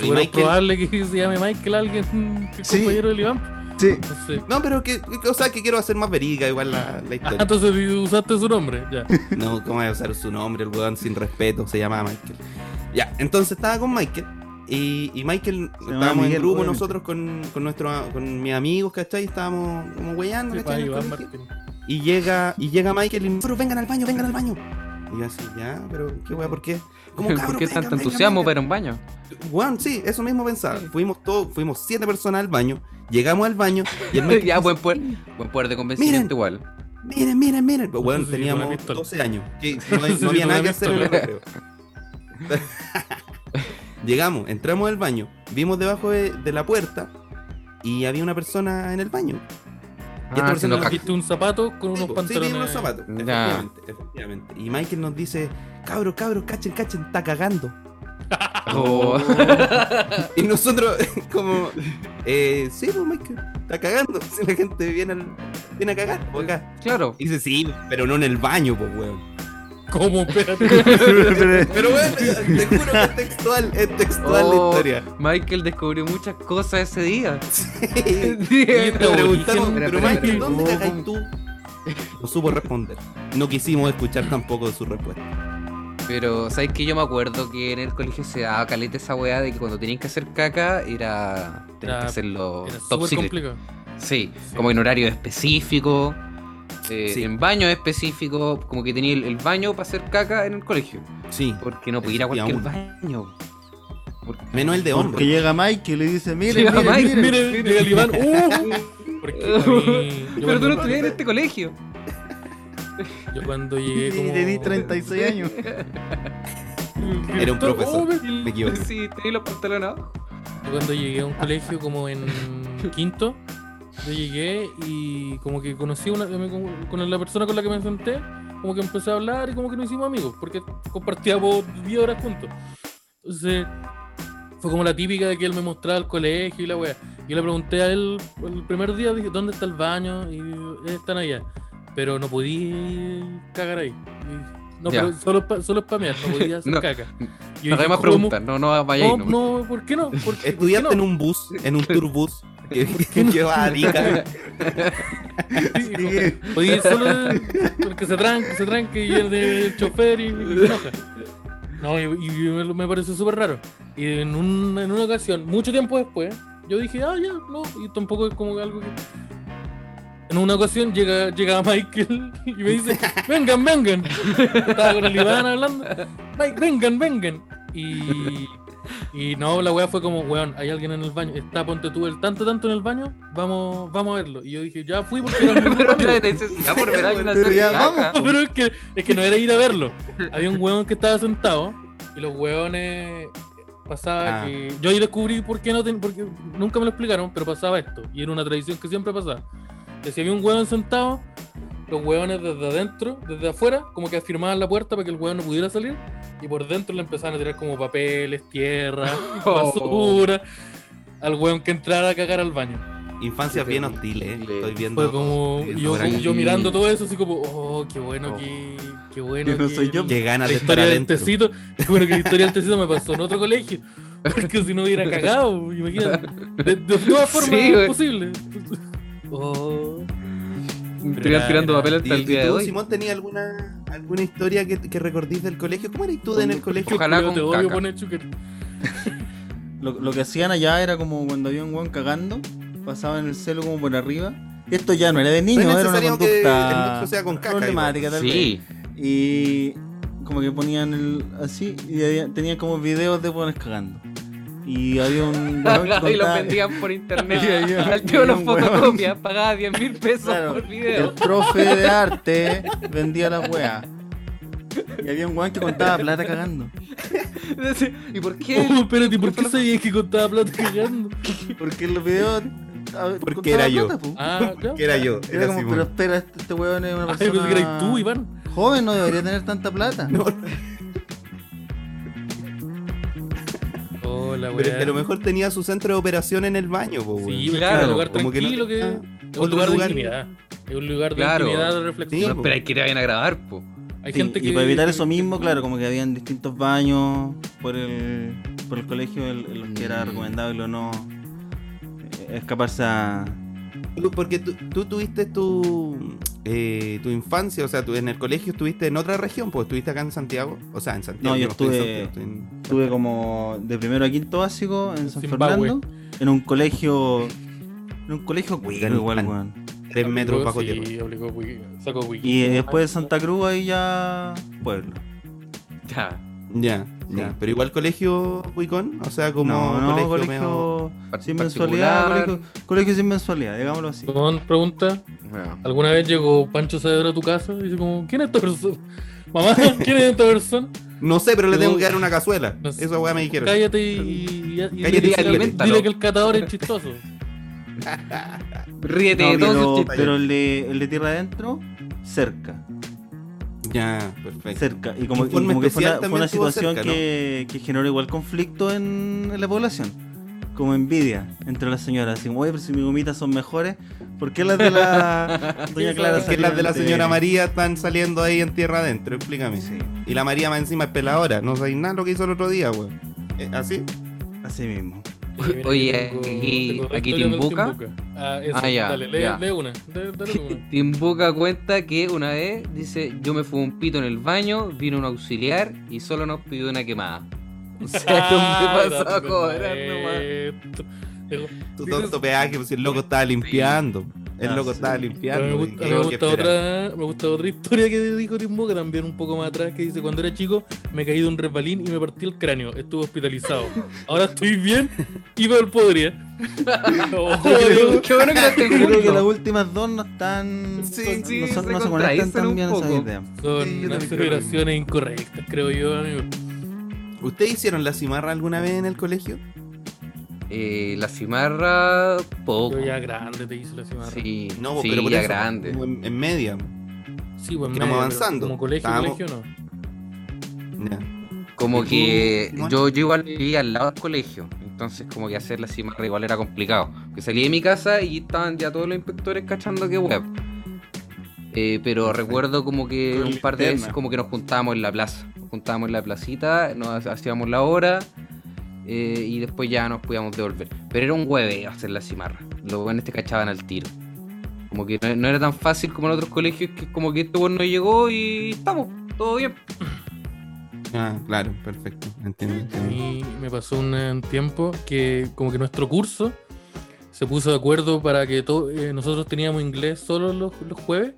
D: y
C: súper
D: Michael-
C: probable que se llame Michael alguien *laughs* que es
A: Sí.
C: compañero del Iván.
A: Sí.
C: Entonces,
D: No, pero que, que- o sea, que quiero hacer más veriga igual la, la
C: ah,
D: historia.
C: entonces usaste su nombre.
D: *laughs*
C: Ya.
D: No, ¿cómo voy a usar su nombre? El weón sin respeto se llamaba Michael. Ya, entonces estaba con Michael. Y, y Michael,
A: llama
D: estábamos en
A: Miguel,
D: grupo
A: obviamente.
D: nosotros con, con, nuestro, con mis amigos, ¿cachai? Estábamos como weyando,
C: Sí,
D: ¿cachai?
C: para
D: en el
C: Iván
D: colegio.
C: Martín.
D: Y llega, y llega Michael y nosotros vengan al baño, vengan al baño. Y yo así, ya, pero qué weá, ¿por qué?
B: *laughs*
D: Como,
B: ¿Por
D: "Cabros,
B: qué tanto
D: vengan, vengan,
B: entusiasmo
D: vengan".
B: para un baño?
D: Weón, sí, eso mismo pensaba. Fuimos todos, fuimos siete personas al baño, llegamos al baño
B: *laughs*
D: y el maestro
B: ya,
D: dice,
B: buen poder, buen poder de convencimiento
D: Miren.
B: igual.
D: miren, miren, miren. Pero, weón,
C: Eso sí, con la
D: teníamos
C: pistola.
D: 12 años.
C: *laughs*
D: que no, no
C: Eso sí,
D: había
C: con
D: nada
C: la
D: que hacer en el
B: pistola.
D: recreo. *laughs* Llegamos, entramos al baño, vimos debajo de, de la puerta y había una persona en el baño. esta
B: Ah, si
D: persona
B: no
D: no
B: cac-
C: Viste un zapato con unos
D: Sí, po, sí,
C: pantalones.
D: tiene unos zapatos.
B: Ya.
D: Efectivamente, efectivamente. Y Michael nos dice, cabros, cabros, cachen, cachen, está cagando.
B: Oh. *laughs*
D: Y nosotros, *laughs* como, eh, sí, pues Michael, está cagando. Si la gente viene, al- viene a cagar, pues acá.
B: Claro.
D: Y dice, sí, pero no en el baño, pues, weón.
C: *laughs* ¿Cómo?
D: *laughs*
C: Espérate.
D: Pero, weón, te juro que es textual, es textual
B: Oh, *laughs*
D: la historia.
B: Michael descubrió muchas cosas ese día. *laughs*
D: Y
B: Le
D: le preguntamos,
B: Espera,
D: pero
B: espera,
D: Michael,
B: espera.
D: ¿dónde cagáis tú? No supo responder. No quisimos escuchar tampoco su respuesta.
B: Pero, ¿sabes qué? Yo me acuerdo que en el colegio se daba caleta esa weá de que cuando tenías que hacer caca era. Tenías
C: Era-
B: que hacerlo
D: Oh,
C: Era
B: top
C: súper
B: secret.
C: complicado.
B: Sí,
C: Sí.
B: como en horario específico, eh,
D: Sí.
B: en baño específico, como que tenía el, el baño para hacer caca en el colegio.
D: Sí.
B: Porque no podía ir a
D: Existía
B: cualquier baño. Porque-
D: Menos el de
A: Porque
D: hombre.
A: llega Mike y le dice, miren,
B: Llega
A: miren,
B: Mike,
A: miren".
D: *laughs*
C: Mire, mire el Iván. ¡Uh! Porque a mí- yo
B: *laughs* Pero tú no
C: cuando-
B: estudias en este colegio.
C: Yo cuando
A: Y
C: llegué como...
A: tenés 36 años.
D: Era un profesor.
C: Oh, me-
D: Me equivoqué.
B: Sí, tenés los pantalones abajo.
C: Yo cuando llegué a un colegio como en quinto, yo llegué y como que conocí una, me- como- con la persona con la que me senté, como que empecé a hablar y como que nos hicimos amigos, porque compartíamos 10 horas juntos. Entonces, fue como la típica de que él me mostraba el colegio y la wea. Yo le pregunté a él el primer día, dije, ¿dónde está el baño? Y "Eh, están allá. Pero no podí cagar ahí. Y- No,
B: Ya.
C: pero solo, pa- solo spamear, no podía hacer
B: *laughs* No.
C: caca. Y yo dije,
B: No hay más
C: "¿Cómo?
B: preguntas, no, no vayáis.
C: No,
B: no.
C: no, ¿por qué no? ¿Por qué- por qué
D: Estudiaste
C: no?
D: en un bus, en un turbus, que, *laughs* que llevaba a Arica.
A: que-
D: *laughs*
C: Oye, solo el que se tranque, se tranque y el del chofer y, y se enoja. No, y, y me, lo- me pareció súper raro. Y en, un- en una ocasión, mucho tiempo después, yo dije, ah, ya, no, y tampoco es como algo que. En una ocasión llega, llega Michael y me dice, vengan, vengan. Estaba con el Iván hablando, "Mike, vengan, vengan. Y, y no, la weá fue como, weón, hay alguien en el baño, está ponte tú el tanto, tanto en el baño, vamos, vamos a verlo. Y yo dije, ya fui porque era
B: *laughs*
C: el mismo
B: *laughs* Pero
C: baño".
B: la necesidad por ver a alguien
A: Pero
B: hacer
A: ya
B: caca.
C: No, *laughs* pero es que, es que no era ir a verlo. Había un hueón que estaba sentado y los hueones pasaba
D: Ah.
C: que. Yo ahí descubrí por qué no ten- porque nunca me lo explicaron, pero pasaba esto. Y era una tradición que siempre pasaba. Que si había un hueón sentado, los hueones desde adentro, desde afuera, como que afirmaban la puerta para que el hueón no pudiera salir. Y por dentro le empezaban a tirar como papeles, tierra,
B: Oh.
C: basura. Al hueón que entrara a cagar al baño.
D: Infancia bien hostil, eh. Estoy viendo.
C: Fue como
D: estoy viendo
C: yo,
D: gran-
C: yo mirando todo eso, así como, oh, qué bueno,
B: Oh.
C: que, qué bueno.
A: Yo no
C: que
A: soy yo.
D: Qué ganas
C: La
D: de estar
C: historia del
D: pues, adentro.
C: tecito, qué bueno que la historia del tecito me pasó en otro colegio. Porque si no hubiera cagado, imagínate. De, de todas formas
B: Sí, güey.
C: posible. Oh.
B: Estuvieran tirando papel
D: ¿Y,
B: hasta el
D: y
B: día de
D: tú,
B: hoy.
D: Simón, tenías alguna, alguna historia que, que recordís del colegio? ¿Cómo eras tú en el colegio?
B: Ojalá
C: Yo te
B: con
C: odio
B: caca.
C: poner chuker.
A: Lo, lo que hacían allá era como cuando había un weón cagando, pasaban el celo como por arriba. Esto ya no era de niño,
D: No es
A: era una
D: necesario que el
A: conducta
D: nexo sea con caca,
A: problemática tal
B: Sí,
A: vez. Y como que ponían el así y había- tenían como videos de weones cagando. Y había un
B: *laughs*
A: weón que
B: y los
A: contaba-
B: vendían por
A: *laughs*
B: internet.
A: Sí, había-
B: Al tío
A: había
B: los
A: un weón.
B: fotocopias, pagaba 10 mil pesos
A: Claro,
B: por
A: el
B: *laughs* video.
A: profe de arte vendía la weas. Y había un weón que contaba plata cagando.
B: *laughs* ¿Y por qué?
C: Oh, espérate, ¿por qué sabías que contaba plata cagando?
A: Porque en los videos. a-
D: Porque
A: contaba
D: era yo.
A: plata, po.
C: Ah, ya.
D: Que era yo,
A: Era
D: era
A: como, pero
D: Simón.
A: espera, este, este weón es una
C: Ay,
A: persona.
C: pensé que eras tú, Iván.
A: Joven no debería tener tanta plata.
D: No,
C: Hola, güey.
D: pero que a lo mejor tenía su centro de operación en el baño, po, weón.
C: Sí,
B: Claro,
C: claro, un lugar
D: como que no-
C: tranquilo que,
D: Ah,
C: es un lugar de
D: lugar.
C: intimidad. Es un lugar de
B: Claro.
C: intimidad, de reflexión.
D: Sí,
B: No esperáis que te vayan a grabar, po.
C: Hay
A: Sí,
C: gente que
A: Y para evitar eso mismo, claro, como que habían distintos baños por el, por el colegio, el, el que era
B: Mm.
A: recomendable o no eh, escaparse a.
D: Tú- Porque tú, tú tuviste tu, eh, tu infancia, o sea, tú en el colegio estuviste en otra región, pues estuviste acá en Santiago. O sea, en Santiago.
A: No, yo
D: estoy en
A: estuve-
D: Santiago, estoy en-
A: Estuve como de primero a quinto básico en San
C: Zimbabue.
A: Fernando, en un colegio. En un colegio cuico,
D: Afganistán.
A: igual, weón.
D: Tres metros bajo
C: sí,
D: tierra.
C: aplicó Wiki- sacó Wiki.
A: Y después de Santa Cruz ahí ya. Pueblo.
B: Ya,
D: Ya,
A: Sí.
D: ya. Pero igual colegio Wicón, o sea, como
A: no, no, colegio,
D: medio-
B: par-
A: sin mensualidad.
B: particular.
A: Colegio, colegio sin mensualidad, digámoslo así.
C: Don pregunta,
B: Bueno.
C: ¿alguna vez llegó Pancho Saavedra a tu casa? Y dice como, ¿quién es esta persona? *laughs* Mamá, ¿quién es esta persona?
D: No sé, pero le
C: Yo-
D: tengo que dar una cazuela.
C: No sé.
D: Esa weá me dijeron.
C: Cállate y, y- y- y
D: Cállate y
C: dile, que-
B: aliméntalo.
C: dile que el catador es chistoso.
B: Ríete
A: No,
B: de todos
A: pero,
B: esos chistes.
A: pero el, de, el de tierra adentro, cerca.
D: Ya, perfecto.
A: Cerca. Y como, y
D: Informe
A: como que fue
D: especial
A: una, fue
D: también
A: una
D: estuvo
A: situación
D: cerca,
A: que, que generó igual conflicto en, en la población. Como envidia entre las señoras. Así como, oye, pero si mis gomitas son mejores, ¿por qué las de
D: *laughs*
A: la doña Clara
D: Que las de la
A: salieron
D: señora María están saliendo ahí en tierra adentro, explícame.
A: Sí,
D: Y la María más encima es peladora, no sabéis nada lo que hizo el otro día, weón. Eh, ¿Así?
A: así mismo.
B: Oye, aquí- aquí Timbuca.
C: Ah, eso,
B: Ah, ya,
C: dale, lee,
B: ya.
C: lee una. Dale, dale
B: *laughs*
C: una.
B: Timbuca cuenta que una vez dice: Yo me fui un pito en el baño, vino un auxiliar y solo nos pidió una quemada. *laughs* O
A: *laughs*
B: sea, este
A: Ah,
B: ¿dónde
C: Ah,
B: pasó a cobrar nomás?
C: Digo,
D: Tu
C: Dices-
D: tonto peaje, pues el loco estaba limpiando. El
A: Ah,
D: loco
A: sí.
D: estaba
C: pero
D: limpiando.
C: me,
D: güey,
C: gusta,
D: ¿qué
C: me
D: tengo que
C: gusta
D: esperar?
C: otra, me gusta otra historia que dijo Timbuca también un poco más atrás que dice cuando era chico me caí de un resbalín y me partí el cráneo, estuve hospitalizado. Ahora estoy bien y me
D: *laughs*
C: podría. No, Dios.
B: Qué bueno que
A: *laughs*
B: no estoy
A: Creo que las
B: junto.
A: últimas dos no están.
D: Sí,
A: no,
B: sí,
A: son-
B: se
A: no se conectan
B: contradicen
A: tan
B: un
A: bien esas
B: poco.
A: ideas.
D: Sí,
C: Son
D: yo también creo lo
C: las
D: mismo.
C: celebraciones incorrectas, creo yo, amigo.
D: ¿Ustedes hicieron la cimarra alguna vez en el colegio?
B: Eh, la cimarra, poco.
C: Yo ya grande te hice la cimarra. Sí,
B: Sí,
D: No,
B: sí,
D: pero por
B: ya
D: eso,
B: grande.
D: como En, en media.
C: pues
D: Que
C: medio,
D: vamos
C: pero
D: avanzando.
C: Como colegio,
D: Estábamos-
C: colegio no.
D: Ya.
B: Como
D: ¿Y tú,
B: que
D: Simón?
B: yo, yo igual vivía al lado del colegio, entonces como que hacer la cimarra igual era complicado. Que salí de mi casa y estaban ya todos los inspectores cachando que web. Eh, pero recuerdo como que
A: Con
B: un par de
A: linterna.
B: veces como que nos juntábamos en la plaza. Nos juntábamos en la placita, nos hacíamos la hora eh, y después ya nos podíamos devolver. Pero era un hueve hacer la cimarra. Los buenos te cachaban al tiro. Como que no, no era tan fácil como en otros colegios, que es como que este bueno no llegó y estamos, todo bien.
D: Ah, claro, perfecto. Entiendo. entiendo.
C: Y me pasó un, eh, un tiempo que como que nuestro curso se puso de acuerdo para que to- eh, nosotros teníamos inglés solo los, los jueves.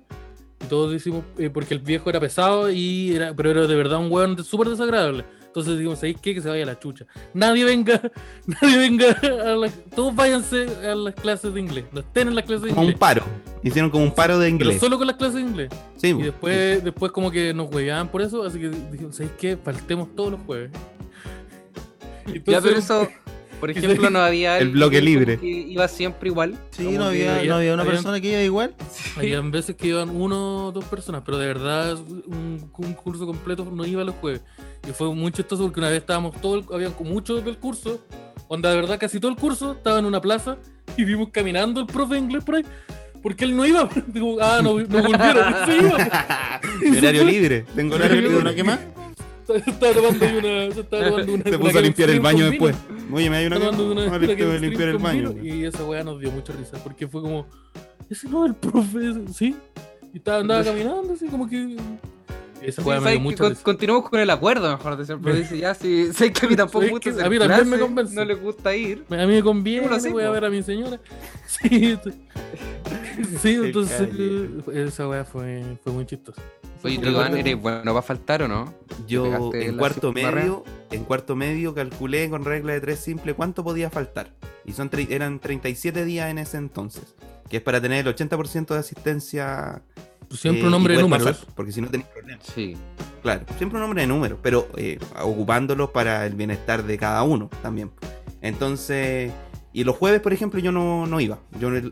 C: Y todos decimos, eh, porque el viejo era pesado, y era, pero era de verdad un hueón de- súper desagradable. Entonces dijimos, ¿sabéis qué? Que se vaya a la chucha. Nadie venga, *laughs* nadie venga, a la- todos váyanse a las clases de inglés. No estén en las clases de
D: Como un
C: inglés.
D: paro. Hicieron como un paro de
C: Pero
D: inglés.
C: solo con las clases de inglés.
D: Sí,
C: Y
D: pues.
C: después, después como que nos hueveaban por eso, así que dijimos, ¿sabéis qué? Faltemos todos los jueves. *laughs*
B: Ya,
C: Entonces,
B: pero eso, *laughs* por
C: entonces-
B: ejemplo, no había.
D: El
B: alguien
D: bloque
B: como
D: libre.
B: que iba siempre igual.
A: Sí,
C: Como
A: no
C: que
A: había,
C: había-
A: no había una
C: habían-
A: persona que iba igual.
C: Habían veces que iban uno o dos personas, pero de verdad un, un curso completo no iba los jueves. Y fue muy chistoso porque una vez estábamos todo, el- habían como muchos del curso, onda de verdad casi todo el curso estaba en una plaza y vimos caminando el profe de inglés por ahí, porque él no iba. *laughs* Digo, ah, no, no volvieron, *laughs* no se iba.
D: Mi horario libre. Tengo horario libre. ¿Una que más?
C: Se estaba tomando ahí una. Se estaba tomando una.
D: Se
C: una
D: puso a limpiar
C: Calipsín
D: el baño
C: con vino.
D: después. Oye, me hay una que más.
C: tomando una
D: Vamos a
C: una
D: limpiar-
C: Game
D: limpiar el
C: Stream
D: baño.
C: con vino, Y esa weá nos dio mucha risa, porque fue como, ese no es el profe, sí. Y estaba, andaba caminando así, como que. Esa weá me dio
B: ¿sabes qué?
C: mucha
B: Con-
C: risa.
B: continuamos con el acuerdo, mejor de siempre. Dice, ya, si *laughs* sé que a mí tampoco me
C: ¿Sabes
B: gusta
C: qué?
B: hacer
C: A mí también me
B: clase,
C: convence.
B: No le gusta ir.
C: A mí me conviene,
B: Uno así,
C: voy a
B: po.
C: ver a mi señora. *laughs* Sí, t-
D: *laughs*
C: sí
D: El
C: entonces
D: caballero.
C: esa weá fue, fue muy chistosa. Fue
B: Oye, tú,
C: muy
B: Iván,
C: buena.
B: ¿eres bueno para faltar o no?
D: Yo
B: Pegaste
D: en
B: la
D: cuarto
B: cimarra.
D: medio, en cuarto medio calculé con regla de tres simple cuánto podía faltar. Y son tre- eran 37 días en ese entonces, que es para tener el 80% de asistencia.
C: Pues Siempre
D: eh,
C: un hombre
D: y
C: de
D: poder
C: números.
D: pasar, porque si no tenés problemas.
B: Sí.
D: Claro, siempre un hombre de números, pero eh, ocupándolos para el bienestar de cada uno también. Entonces, y los jueves, por ejemplo, yo no, no iba. Yo, no-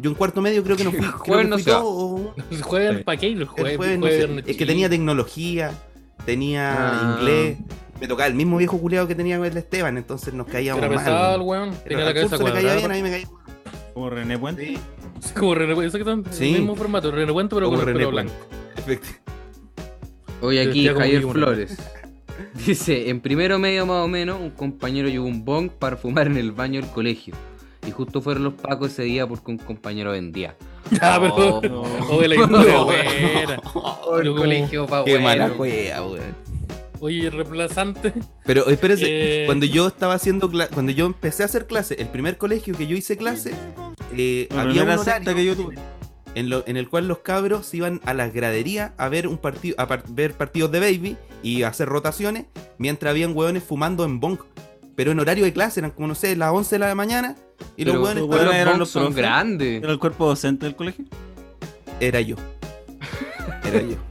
D: yo en cuarto medio creo
C: *laughs*
D: que no fui. creo que
B: Jueves no
D: fui
B: se va.
D: dos o-
C: Juegan para qué los
D: el
C: jueves.
D: jueves, no
C: jueves,
D: sé,
C: viernes,
D: es que
C: chill.
D: tenía tecnología, tenía
B: Ah.
D: inglés. Me tocaba el mismo viejo culeado que tenía el Esteban, entonces nos caíamos
C: Era
D: mal.
C: pesado el
D: weón.
C: weón,
D: Pero
C: tenía la
D: al
C: cabeza
D: curso le caía bien, a
C: cuadrada.
D: mí me caía
A: Como René Puente.
D: Sí,
C: Sí, *laughs* Como René, exactamente,
D: Sí.
C: el mismo formato, René Puente, pero
D: Como
C: con el
D: René pues.
C: pelo blanco.
D: perfecto.
B: Hoy
C: Yo
B: aquí
C: decía como
B: Javier
C: vivo, ¿no?
B: Flores. *laughs* Dice, en primero medio más o menos, un compañero llevó un bong para fumar en el baño del colegio. Y justo fueron los pacos ese día porque un compañero vendía.
C: *laughs* Ya, Ah, pero.
B: Oh,
D: *laughs*
A: No.
C: Oye, la historia buena.
B: el
C: Pero como-
B: colegio pa'
D: Qué mala
B: bueno.
D: wea, weón.
C: Oye, reemplazante.
D: Pero espérese,
C: Eh.
D: cuando yo estaba haciendo cla- cuando yo empecé a hacer clase, el primer colegio que yo hice clase, eh,
A: La
D: había un
A: primera
D: horario.
A: secta que yo tuve.
D: en, lo- en el cual los cabros se iban a las graderías a ver un partido a par- ver partidos de baby y a hacer rotaciones mientras habían hueones fumando en bong. Pero en horario de clase, eran como no sé, las 11 de la mañana y los
B: Pero
D: hueones
A: los
B: pero
A: hueones eran
B: bongs
A: los
B: son
A: profes.
B: grandes.
A: ¿Era el cuerpo docente del colegio?
D: estaban- era yo. Era yo.
A: *laughs*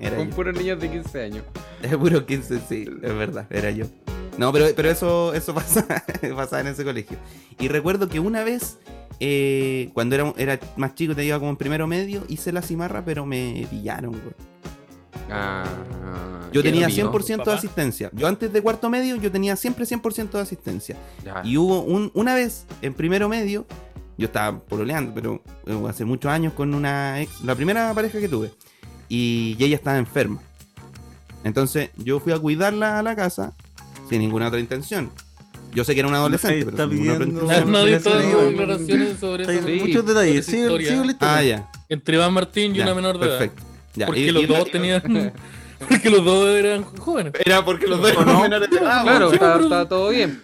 D: Era
B: Con
D: yo.
B: puras niñas de 15 años.
D: Es puro 15, sí, es verdad, era yo. No, pero, pero eso, eso *laughs* pasa, pasaba en ese colegio. Y recuerdo que una vez, eh, cuando era, era más chico, te iba como en primero medio, hice la cimarra, pero me pillaron, güey.
E: À,
B: Ah,
D: Yo
B: qué
D: tenía
B: mío.
D: 100% de
C: papá.
D: asistencia. Yo antes de cuarto medio, yo tenía siempre 100% de asistencia.
E: dạ.
B: Ya.
D: Ah. Y hubo un- una vez, en primero medio, yo estaba pololeando, pero eh, hace muchos años con una ex, la primera pareja que tuve, y, y ella estaba enferma. Entonces yo fui a cuidarla a la casa sin ninguna otra intención. Yo sé que era una adolescente,
A: Está
D: pero sin ninguna otra
A: pidiendo-
D: intención.
A: No, no,
C: Nadie está
A: no,
C: dando
A: no,
C: declaraciones sobre
A: Está ahí
C: eso.
B: Sí.
A: muchos detalles.
C: Esa
A: Sigue,
C: historia.
A: sigue la historia.
D: Ah, ya.
C: Entre Iván Martín pues. y
D: ya,
C: una menor de edad.
D: perfecto. Ya,
C: Porque
D: y- y
C: los
D: la-
C: dos tenían. Porque los dos eran jóvenes.
D: Era porque los dos
A: ¿O
D: eran
A: no?
D: menores de edad.
B: Claro,
C: Sí,
B: está,
C: pero-
B: está todo bien.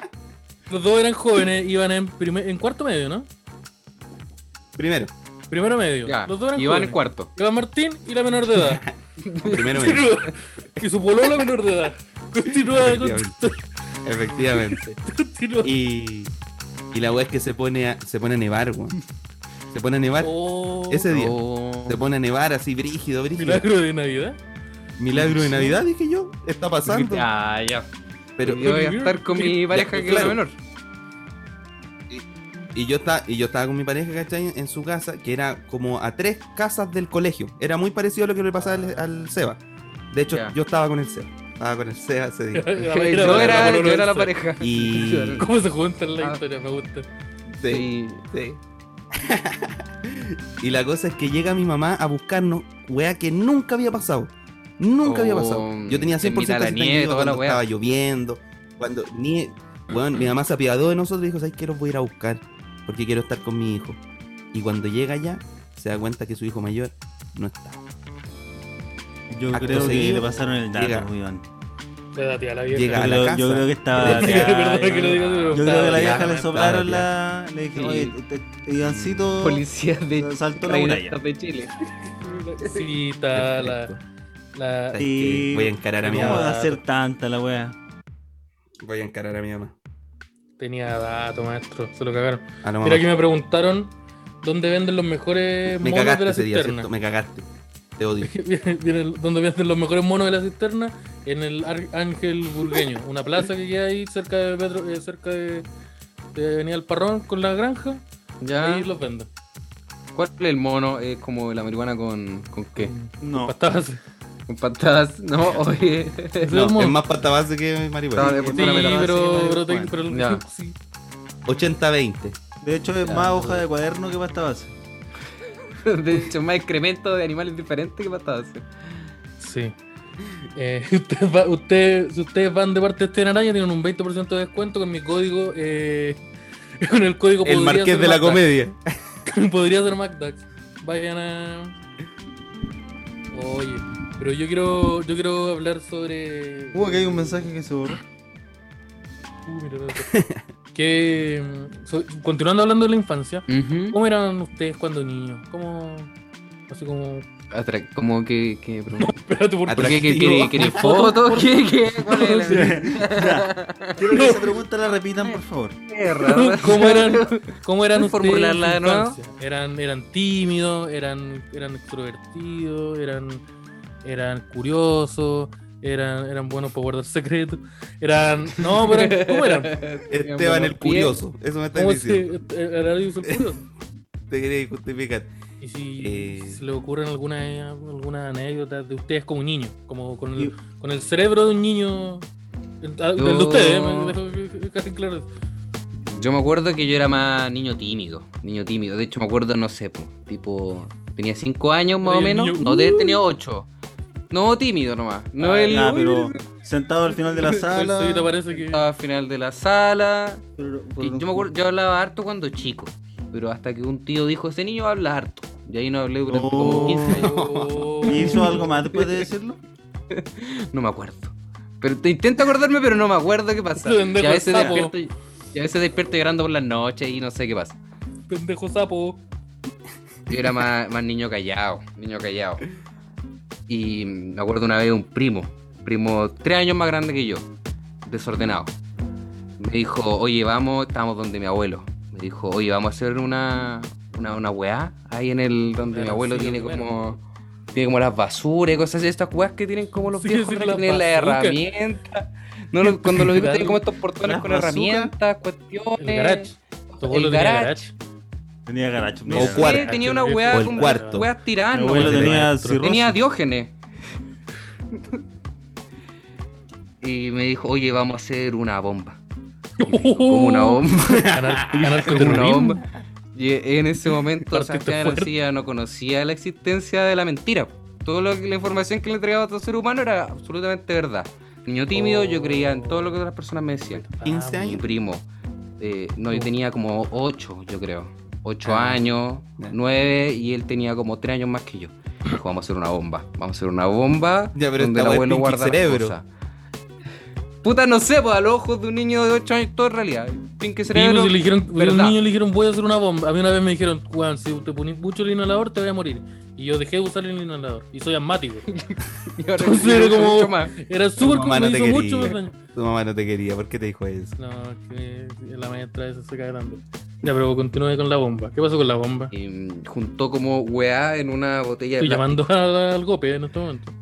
C: Los dos eran jóvenes, iban en, primer, en cuarto medio, ¿no?
D: *laughs* Primero,
C: Primero medio.
B: Ya.
C: Los dos eran
B: Y van
C: jóvenes.
B: en cuarto.
C: Iván Martín y la menor de edad. *laughs*
D: primero medio.
C: Continúa. que su polola menor de edad. Continúa,
D: Efectivamente. Efectivamente.
C: continúa.
D: Y, y la weá es que se pone a, se pone a nevar, weón. Se pone a nevar
C: Oh,
D: ese día.
B: Oh.
D: Se pone a nevar así, brígido, brígido. Milagro,
C: milagro de Navidad.
D: de Navidad, dije yo. Está pasando.
B: Ah, ya.
D: Pero,
B: yo voy a estar con mi
D: Ya,
B: pareja que es la
D: claro.
B: menor.
D: y, yo estaba, y yo estaba con mi pareja, ¿cachai? En su casa, que era como a tres casas del colegio. Era muy parecido a lo que le pasaba al, al Seba. De hecho,
B: Ya.
D: yo estaba con el Seba. Estaba con el Seba ese
B: *laughs*
D: día.
B: Yo era, yo era la pareja.
D: Y.
C: ¿Cómo se juntan las
B: Ah.
C: historias? Me gusta.
B: Sí.
D: sí. Sí. y la cosa es que llega mi mamá a buscarnos, weá, que nunca había pasado. Nunca había
B: Oh,
D: pasado. Yo tenía
B: en
D: 100%
B: mitad de la
D: asistencia
B: nieve, toda la
D: cuando
B: weá.
D: estaba lloviendo, cuando nie... Weón, mi mamá se apiadó de nosotros y dijo, ¿sabes qué? Los voy a ir a buscar porque quiero estar con mi hijo. Y cuando llega allá, se da cuenta que su hijo mayor no está.
A: Yo
D: Acto
A: creo que
D: seguido,
A: le pasaron el dato,
D: llega.
A: weón.
C: Fue la tía, la vieja.
A: Yo
D: Llega a la
A: creo,
D: casa.
A: yo creo que estaba.
C: Sí,
A: ya,
C: *laughs* perdón que
A: yo-
C: lo diga, pero
A: Yo creo
C: estaba
A: que la
C: ya.
A: vieja le soplaron
D: ya.
A: la. Le dije,
B: Sí.
A: oye, te- te- Ivancito.
B: Policía de
A: Saltó la
B: Carabineros
A: muralla.
B: de Chile.
C: Sí, está la,
D: Perfecto.
C: la-
D: ¿Sabes qué?
A: Y-
D: Voy a encarar a mi
A: ¿Cómo
D: mamá.
A: va a ser tanta la wea?
D: Voy a encarar a mi mamá.
C: Tenía dato, maestro. Se lo cagaron.
D: A la mamá.
C: Mira que me preguntaron dónde venden los mejores
D: Me
C: monos de
D: cagaste
C: la
D: ese día,
C: cisterna.
D: ¿cierto? Me cagaste.
B: *laughs*
D: Te odio.
C: *laughs* Viene el- donde venden los mejores monos de la cisterna en el Ar- Ángel Burgueño, una plaza que queda ahí cerca de Pedro, eh, cerca de, de Avenida El Parrón con la granja,
B: Ya.
C: ahí los venden.
B: ¿Cuál es el mono? Es como la marihuana con. ¿Con qué?
A: No.
C: *laughs* Pastabas.
B: Con patadas. No, oye.
D: No,
C: Somos-
D: es más pata base que marihuana.
B: Estaba de-
A: Sí,
B: una metáfora.
C: pero,
A: sí,
C: pero, te-
A: bueno,
C: pero-
B: ya.
C: *laughs* sí.
D: 80-20.
A: De hecho, es
C: Ya,
A: más
C: no.
A: hoja de cuaderno que pasta base.
B: De hecho, más excremento de animales diferentes que patadas.
C: Sí. Eh, *laughs* usted va- usted- si ustedes van de parte de Estela Araya, tienen un 20% de descuento con mi código. eh, *laughs* con el código
D: El
C: podría
D: marqués
C: ser
D: de la
C: Magdax.
B: *laughs*
D: comedia.
C: *laughs* Podría ser MacDax. Vayan a. Oye, pero yo quiero, yo quiero hablar sobre.
A: Uh, aquí hay un mensaje que se borró.
C: Uh, mira, mira, mira. *laughs* que. mm, so- continuando hablando de la infancia, ¿cómo eran ustedes cuando niños? ¿Cómo.? Así como. *laughs*
B: Atra- como que, que
C: Espérate, por
B: ¿Por qué? ¿Qué
D: Atractivo.
B: quiere? ¿Quiere fotos? ¿Qué? ¿Qué? ¿Cuál es la
A: Ya. *laughs* Quiero que esa pregunta la repitan, por favor.
B: mierda?
C: *laughs* ¿Cómo
B: *laughs*
C: eran, cómo eran
B: ¿Puedes
C: ustedes?
B: formularla
C: en
B: de
C: su
B: nuevo?
C: infancia? ¿Eran, eran tímidos, eran, eran extrovertidos, eran, eran curiosos, eran, eran buenos para guardar secretos, eran... No, pero eran-
A: *laughs*
C: ¿cómo eran?
D: Esteban el curioso. Eso me estás
C: ¿Cómo se,
D: diciendo.
C: eh, era el uso del curioso?
D: Te quería justificar.
B: Ah,
C: Y si
D: Eh.
C: si se le ocurren alguna, alguna anécdota de ustedes como niños, como con el,
A: Yo-
C: con el cerebro de un niño... El, ah, el de
B: Yo-
C: ustedes, me dejó casi claro.
B: Yo me acuerdo que yo era más niño tímido. Niño tímido. De hecho, me acuerdo, no sé, po, tipo. Tenía 5 años
C: Era
B: más o
C: el
B: menos.
C: niño- uh.
B: No, de haber tenido 8. No, tímido nomás. No
C: Ah,
B: el.
A: Ya, pero sentado al
C: *laughs*
A: final de la
C: Por eso Pues, te
A: sala. Ah,
C: parece que... *laughs*
B: Estaba al final de la sala.
A: pero-
B: Y yo me acuerdo, yo hablaba harto cuando chico. Pero hasta que un tío dijo: Ese niño habla harto. Y ahí no hablé
C: Oh.
B: durante como 15 años.
A: ¿Y hizo algo más después de decirlo?
B: No me acuerdo. Pero te intento acordarme, pero no me acuerdo qué pasa.
C: Este pendejo
B: Y a veces
C: es sapo.
B: despierto, y a veces despierto llorando por las noches y no sé qué pasa.
C: Pendejo sapo.
B: Yo era más, más niño callado, niño callado. Y me acuerdo una vez un primo, primo tres años más grande que yo, desordenado. Me dijo, oye, vamos, estábamos donde mi abuelo. Me dijo, oye, vamos a hacer una, una, una weá ahí en el donde
C: Claro,
B: mi abuelo
C: sí,
B: tiene
C: bueno.
B: como. Tiene como las basuras y cosas así, estas weas que tienen como los
C: Sí,
B: viejos
C: sí,
B: que
C: las
B: tienen las
C: bazucas.
B: herramientas. No, lo- cuando los viejos tienen como estos portones
A: Las
B: con
A: bazucas.
B: herramientas,
C: El
B: cuestiones.
C: garage. Tu abuelo
B: Eh, El
C: tenía
B: garage.
C: garage.
E: Tenía garacho.
D: O
E: mira.
B: Sí,
D: cuarto.
B: tenía una
D: O
B: weá
D: el
B: como
D: cuarto.
B: weas
A: Mi
B: tirando.
A: abuelo
D: no,
A: tenía
D: no,
A: cirrosis.
B: Tenía diógenes. Y me dijo, oye, vamos a hacer una bomba. *laughs* Como
C: *laughs*
B: una bomba.
C: Ganar, ganar con
B: Como una
C: Uh. terrorismo.
B: bomba. Y en ese momento
C: Partiste
B: Sebastián
C: fuerte.
B: García no conocía la existencia de la mentira. Toda la información que le entregaba a otro ser humano era absolutamente verdad. Niño tímido, yo creía en todo lo que otras personas me decían.
C: Ah,
D: 15
B: Mi
D: años.
B: primo, eh, no, yo tenía como 8, yo creo. 8
D: Ah.
B: años,
D: Ya.
B: 9, y él tenía como 3 años más que yo. Dijo, vamos a hacer una bomba. Vamos a hacer una bomba
D: Ya, pero
B: donde el
D: esta weá es
B: abuelo
D: Pinky
B: guarda las
D: Cerebro.
B: cosas. Puta, no sé, pues a los ojos de un niño de 8 años, todo en realidad. Pinky
C: Sí, pues,
B: cerebro.
C: si le dijeron, a un
B: verdad.
C: niño le dijeron voy a hacer una bomba. A mí una vez me dijeron, Juan, si te pones mucho el inhalador te voy a morir. Y yo dejé de usar el inhalador. Y soy
B: *laughs*
C: asmático.
B: *laughs* Y ahora
C: Entonces era
B: tiene mucho,
C: como-
B: mucho más.
C: Era súper me
D: mamá no te
C: hizo
D: quería.
C: mucho me extrañó.
D: Tu mamá no te quería, ¿por qué te dijo eso?
C: No, que la maestra esa se cae grande. Ya, pero continúe con la bomba. ¿Qué pasó con la bomba?
B: Y mm, juntó como weá en una botella de
C: Estoy
B: plástico.
C: llamando al, al golpe en este momento.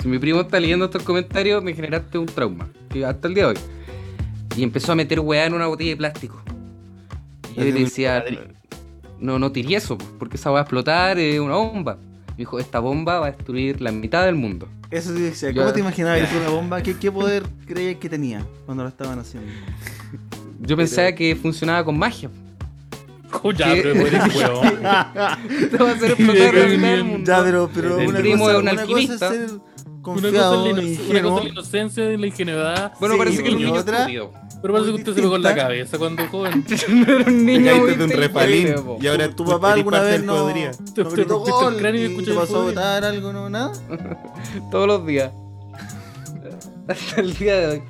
B: Si mi primo está leyendo estos comentarios, me generaste un trauma. que hasta el día de hoy. Y empezó a meter weá en una botella de plástico. Y yo le decía, no, no tiré eso, po, porque esa va a explotar, es una bomba. Me dijo, esta bomba va a destruir la mitad del mundo.
A: Eso sí decía,
B: Ya.
A: ¿cómo te imaginabas que era una bomba? ¿Qué, qué poder creías que tenía cuando lo estaban haciendo?
B: Yo pensaba que funcionaba con magia. *laughs*
C: *laughs* Ya,
B: ¿Qué?
C: pero eres weón.
B: Esto va a hacer explotar la mitad del mundo.
A: Ya, pero, pero
D: El
A: una,
B: primo
A: cosa,
B: de un
A: una cosa es
B: alquimista.
A: ser
C: Una cosa,
A: confiado,
C: es la inoc- una cosa
A: ingenuo.
C: es la inocencia y la ingenuidad.
B: Bueno,
A: Sí,
B: parece que el
A: y
B: niño
A: otra-
B: estúpido.
C: Pero parece que usted se pegó en la
A: Distinta.
C: cabeza cuando
B: *laughs*
C: joven.
B: Era un
D: Te
B: niño muy
D: caíste de un
B: sensible,
D: refalín
B: po.
D: y ahora
A: tu,
D: tú
A: papá
D: eres
A: alguna
D: parte
A: vez
D: del
A: no,
D: podría.
A: no
C: Te
A: gritó
C: rompiste el
A: gol
C: cráneo y
A: y te
C: escuchaste
A: pasó a
C: podría.
A: votar algo, no, nada.
B: Todos los días. *laughs* Hasta el día de hoy.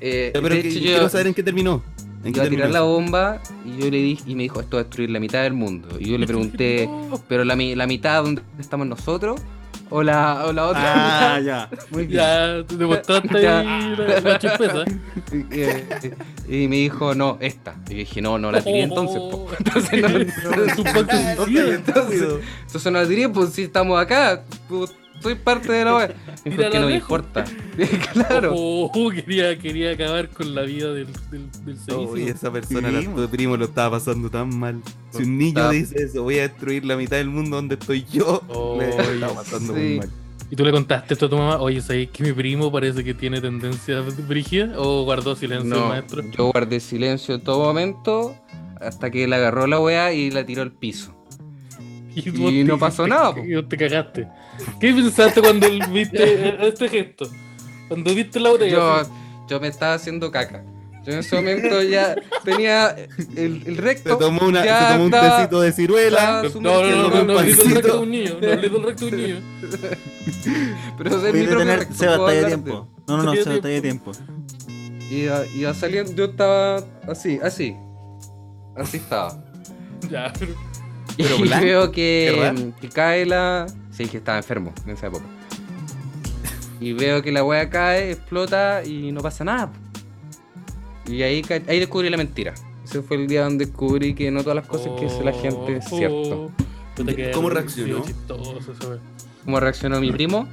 B: Eh,
D: Pero
B: de
D: que-
B: hecho,
D: quiero
B: yo-
D: saber en qué terminó. ¿En qué
B: iba a tirar la
D: *laughs* terminó?
B: bomba y yo le dije y me dijo esto va a destruir la mitad del mundo
C: *laughs*
B: y yo le pregunté pero la, mi- la mitad donde estamos nosotros o la, o la otra
A: Ah, ya. Muy bien.
C: Ya, te demostraste
B: Ya.
C: ahí la,
B: *laughs*
C: la chispeza.
B: mitad. Y, eh, y me dijo no esta y yo dije no no la tiré entonces po".
C: Oh.
B: entonces no,
C: *laughs* Es un pacto de
A: Entonces,
C: suicidio.
A: entonces,
B: entonces no la tiré pues si estamos acá pues, soy parte de la wea. Me dijo
C: Mira,
B: "Es que
C: la
B: no me
C: dejo". *laughs*
B: importa *laughs* claro
C: Oh, oh, quería, quería acabar con la vida del, del, del Serísimo.
B: Oh,
D: Oye, esa persona,
A: Sí,
D: la-
A: bueno.
D: tu primo, lo estaba pasando tan mal. Si un niño
B: Estaba-
D: dice eso, voy a destruir la mitad del mundo donde estoy yo,
B: Oh,
D: le
C: Oye,
D: estaba pasando
B: sí.
D: muy mal.
C: ¿Y tú le contaste esto a tu mamá? Oye, ¿sabes que mi primo parece que tiene tendencia brígida? ¿O guardó silencio el
B: No,
C: Oh, maestro? *laughs*
B: yo guardé silencio en todo momento hasta que la agarró la wea y la tiró al piso
C: Y,
B: no pasó nada, po.
C: Y vos te cagaste. ¿Qué pensaste cuando el-
B: *laughs*
C: viste este gesto? Cuando viste la botella.
B: yo,
C: así,
B: yo me estaba haciendo caca. Yo en ese momento ya tenía el, el recto.
D: Se tomó, una,
B: ya
D: se tomó un
B: estaba-
D: tecito de ciruela.
B: estaba
C: No, no, no, no, no, no, hablé del
D: pancito.
C: recto de un niño. No hablé del recto de un niño.
D: *laughs*
B: Pero es mi
A: Oye,
B: propio
A: detener,
B: recto,
A: Seba,
B: puedo
A: está ya
B: hablar de-
A: tiempo. No, no, no,
C: Talla de
A: Seba, está ya tiempo.
B: Y a- y a saliendo, yo estaba así, así. Así estaba.
C: Ya, pero.
D: Pero
B: *laughs* y
D: blanco,
B: veo que,
D: ¿verdad?
B: que cae la. Sí, que estaba enfermo en esa época. Y veo que la wea cae, explota y no pasa nada. Y ahí, ca- ahí descubrí la mentira. Ese fue el día donde descubrí que no todas las cosas que dice la gente es cierto.
C: Oh, puta que
D: ¿Cómo
C: era
D: reaccionó?
C: chistoso, ¿sabes?
D: *laughs*
B: ¿Cómo reaccionó mi primo?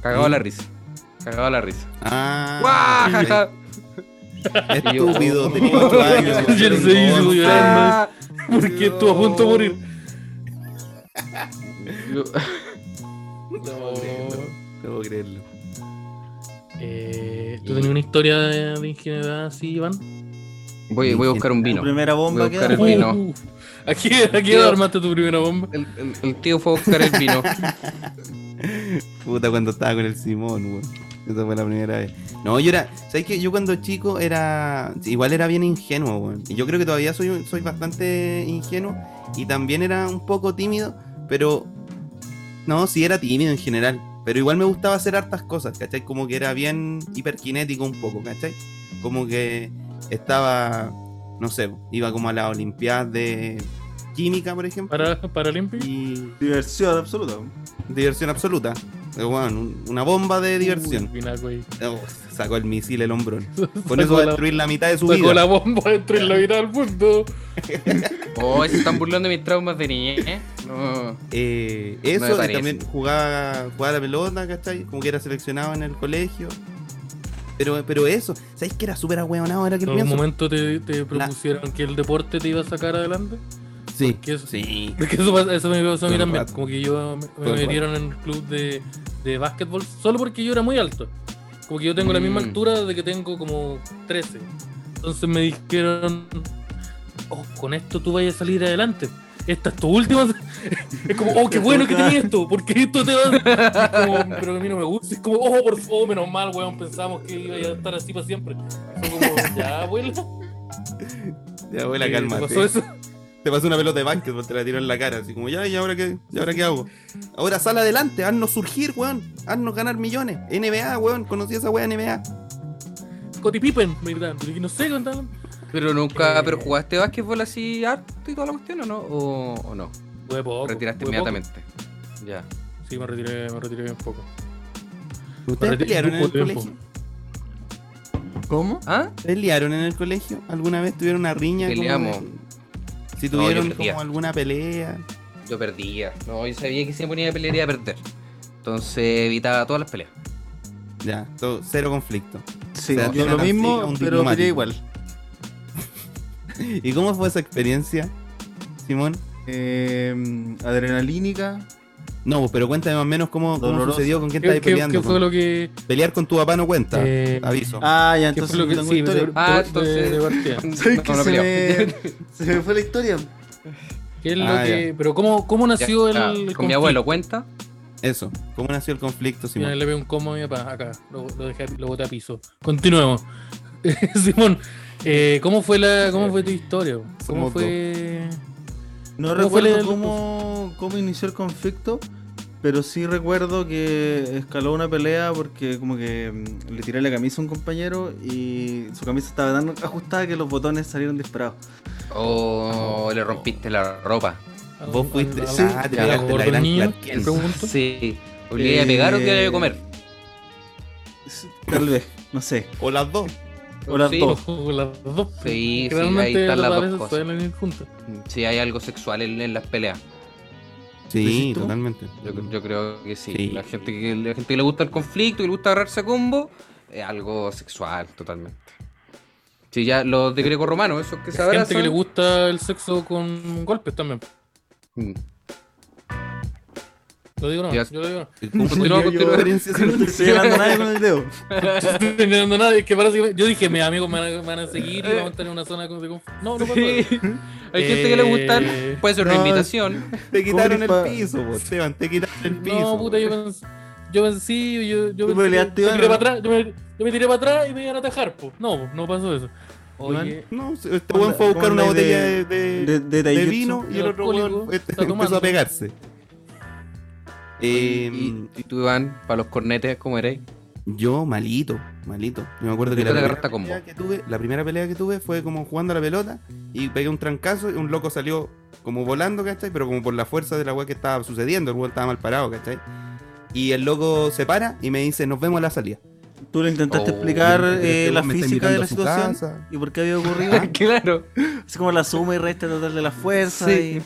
B: Cagado a la risa. Cagado a la risa. ¡Guau! Ja,
D: Ah,
B: ja. *laughs*
D: estúpido, tenía 8 años.
C: Yo no sé,
D: tengo
C: yo soy-
D: 11.
B: Ah,
C: Porque estuvo a punto de morir.
B: yo-
C: No.
D: No puedo creerlo.
C: Eh, ¿Tú tenías una historia de, de ingenuidad así, Iván?
B: Voy, voy a buscar un
A: La
B: vino.
A: primera bomba
B: Voy a
A: que
B: buscar
A: da.
B: el- vino.
C: Uh, aquí, aquí armaste tu primera bomba.
B: El, el- el tío fue a buscar el vino.
D: Puta, cuando estaba con el Simón, weón. Esa fue la primera vez. No, yo era. ¿Sabes qué? Yo cuando chico era. Igual era bien ingenuo, weón. Y yo creo que todavía soy, un- soy bastante ingenuo. Y también era un poco tímido. Pero. No, sí era tímido en general. Pero igual me gustaba hacer hartas cosas, ¿cachai? Como que era bien hiperkinético un poco, ¿cachai? Como que estaba. No sé, iba como a las Olimpiadas de química, por ejemplo.
C: Para, Paralímpico.
D: Y
A: Diversión absoluta.
D: diversión absoluta. Eh, weón, un- una bomba de diversión.
C: Uh, Pinaco ahí.
D: Oh, sacó el misil el hombrón. Con
C: *laughs* Sacó
D: eso va a
C: la-
D: destruir la mitad de su
C: Sacó la
D: vida.
C: bomba dentro y la mitad del mundo.
B: Oh, se están burlando de mis traumas de niñez. ¿eh? No.
D: Eh,
B: me
D: eso, y
B: parece.
D: también jugaba, jugaba la pelota, ¿cachai? Como que era seleccionado en el colegio. Pero, pero eso, ¿sabéis que era súper ahueonado? Era que
C: ¿En
D: el
C: algún
D: pienso.
C: momento te, te propusieron que el deporte te iba a sacar adelante?
D: Sí,
C: Porque eso-
D: sí.
C: Porque eso, pasa- eso me pasó a
D: Todo
C: mí
D: el
C: también.
D: rato.
C: Como que yo me-
D: Todo
C: me
D: el
C: metieron en el club de, de básquetbol solo porque yo era muy alto. Como que yo tengo la misma
B: Mm.
C: altura de que tengo como 13. Entonces me dijeron, oh, con esto tú vayas a salir adelante. Esta es tu última. *laughs* Es como, oh, qué bueno que tenés esto, porque esto te va. Es como, pero a mí no me gusta. Es como, oh, por favor, menos mal, weón, pensamos que iba a estar así para siempre. Fue como, ya, abuela.
D: Ya, abuela,
C: ¿qué
D: calma.
C: pasó eso?
D: Te pasó una pelota de básquetbol, te la tiró en la cara, así como, ya, ¿y ahora qué, ¿Y ahora qué hago? Ahora sal adelante, haznos surgir, weón, haznos ganar millones. NBA, weón, conocí a esa weá NBA.
C: Scottie Pippen, me gritaron. Yo dije, No sé, contaban.
B: Pero nunca,
C: Eh.
B: pero jugaste básquetbol así harto y toda la cuestión o no? O, o no.
C: Jugué poco,
B: Retiraste
C: jugué Oh, poco.
B: inmediatamente. Ya.
C: Sí, me retiré, me retiré bien poco.
D: ¿Ustedes
C: Pero
D: pelearon en el
C: tiempo.
D: colegio?
A: ¿Cómo?
B: ¿Ah?
D: ¿Ustedes liaron en el colegio? ¿Alguna vez tuvieron una riña? como
B: Peleamos.
D: de- Si
B: No, yo
D: tuvieron
B: perdía.
D: como alguna pelea.
B: Yo perdía. No, yo sabía que si me ponía a pelear iba a perder. Entonces evitaba todas las peleas.
D: Ya, todo, cero conflicto.
A: Sí,
D: O sea,
A: yo
D: tienen
A: lo
D: así a
A: mismo, pero
D: un diplomático.
A: peleé igual.
D: ¿Y cómo fue esa experiencia, Simón?
A: Eh, adrenalínica.
D: No, pues, pero cuéntame más o menos cómo, cómo
A: Doloroso.
D: sucedió, con quién
C: ¿Qué,
D: estabas
C: qué,
D: peleando.
C: qué fue
D: con-
C: lo que.?
D: Pelear con tu papá no cuenta,
C: Eh,
D: aviso.
A: Ah, ya,
C: ¿Qué
A: entonces
C: fue lo que.?
A: tengo
C: Sí,
A: historia.
C: de-
A: *laughs*
B: Ah,
C: de-
B: entonces-
C: de partida.
A: ¿Sabes que
B: no
A: se,
B: peleamos.
A: me... *laughs* se me fue la historia?
C: ¿Qué es lo
D: Ah,
C: que.? Pero, ¿cómo, cómo
B: Ya,
C: nació
B: ah,
C: el.
B: Con mi
C: conflicto?
B: abuelo, ¿cuenta?
D: Eso, ¿cómo nació el conflicto,
C: Mira,
D: Simón?
C: le pego un combo a mi papá acá. Lo, lo dejé, lo boté a piso. Continuemos. *laughs* Simón, eh, ¿cómo, fue la, ¿cómo fue tu historia? ¿Cómo
D: Somos
C: fue.?
A: No
C: ¿Cómo fue
A: recuerdo
C: el-
A: cómo, cómo inició el conflicto, pero sí recuerdo que escaló una pelea porque como que mm, le tiré la camisa a un compañero y su camisa estaba tan ajustada que los botones salieron disparados.
B: ¿O le rompiste la ropa?
D: Vos fuiste.
A: Sí,
D: ah, te
A: ya,
D: pegaste la
C: gordo
D: gran
C: niño.
D: Clark
C: ¿Quién?
D: Kent.
C: Pregunto.
B: Sí. ¿O le iba a pegar o que le iba a comer?
A: Sí, Tal vez, no sé.
D: O las dos.
A: O las
B: Sí.
A: dos.
C: Ojo, *laughs* las dos.
B: Sí, sí, ahí
C: Realmente
B: están
C: las
B: las dos
C: veces
B: cosas.
C: suelen ir juntas.
B: Si hay algo sexual en, en las peleas.
D: Sí,
A: ¿Decís tú?
D: totalmente.
B: Yo, yo creo que sí.
D: Mm. Sí.
B: La, gente que, la gente que le gusta el conflicto y le gusta agarrarse a combo, es algo sexual totalmente. Sí, ya los de greco romano, esos que se abrazan.
C: Gente que le gusta el sexo con golpes también.
B: Mm.
C: Lo digo no,
B: Ya.
C: yo lo *laughs* digo no.
D: ¿Cómo fue
B: Continúa,
D: tu
B: continúa.
D: experiencia,
A: *laughs*
D: Simón?
A: No estoy
D: *laughs*
A: señalando a nadie con el dedo.
C: No estoy entendiendo nada, es que parece que- yo dije, mis amigos me van, a, me van a seguir y vamos a estar en una zona como de conf- No, no pasa
B: *laughs* Sí.
C: nada.
B: Hay gente que le gusta,
C: Eh,
B: puede ser una
A: no,
B: invitación.
D: Te quitaron
A: Culpa.
D: el piso, po, Esteban, te quitaron el piso.
C: No, puta, yo pensé, yo pensé, yo, yo
A: Tú
C: pensé-
A: peleaste,
C: yo me tiré
A: Iván,
C: para atrás, yo me, yo me tiré para atrás y me iban a atajar, po. No, po, no pasó eso. Oye,
D: No, se- este weón fue a buscar una
A: ¿Cómo andáis
D: botella
A: de-
D: de, de,
A: de- de
D: de
A: taijutsu?
D: vino y el otro weón
C: Alcohólico,
D: este,
C: está
D: empezó a
C: tomando.
D: pegarse. Eh,
B: y, y tú, Iván, para los cornetes, ¿cómo eres?
D: yo, malito, malito. Yo me acuerdo que
B: Tú
D: la
B: te
D: primera,
B: agarraste a
D: pelea
B: combo. *laughs*
D: que tuve, la primera pelea que tuve fue como jugando a la pelota y pegué un trancazo y un loco salió como volando, ¿cachai? Pero como por la fuerza de la weá que estaba sucediendo, el weón estaba mal parado, ¿cachai? Y el loco se para y me dice, nos vemos a la salida.
A: Tú le intentaste
B: Oh,
A: explicar
D: pero este
A: eh, la
D: weón me está
A: física de
D: invitando
A: la
D: a su
A: situación
D: casa.
A: y por qué
D: *laughs*
A: había ocurrido.
B: claro.
A: Así como la suma y resta total de la fuerza.
B: Sí.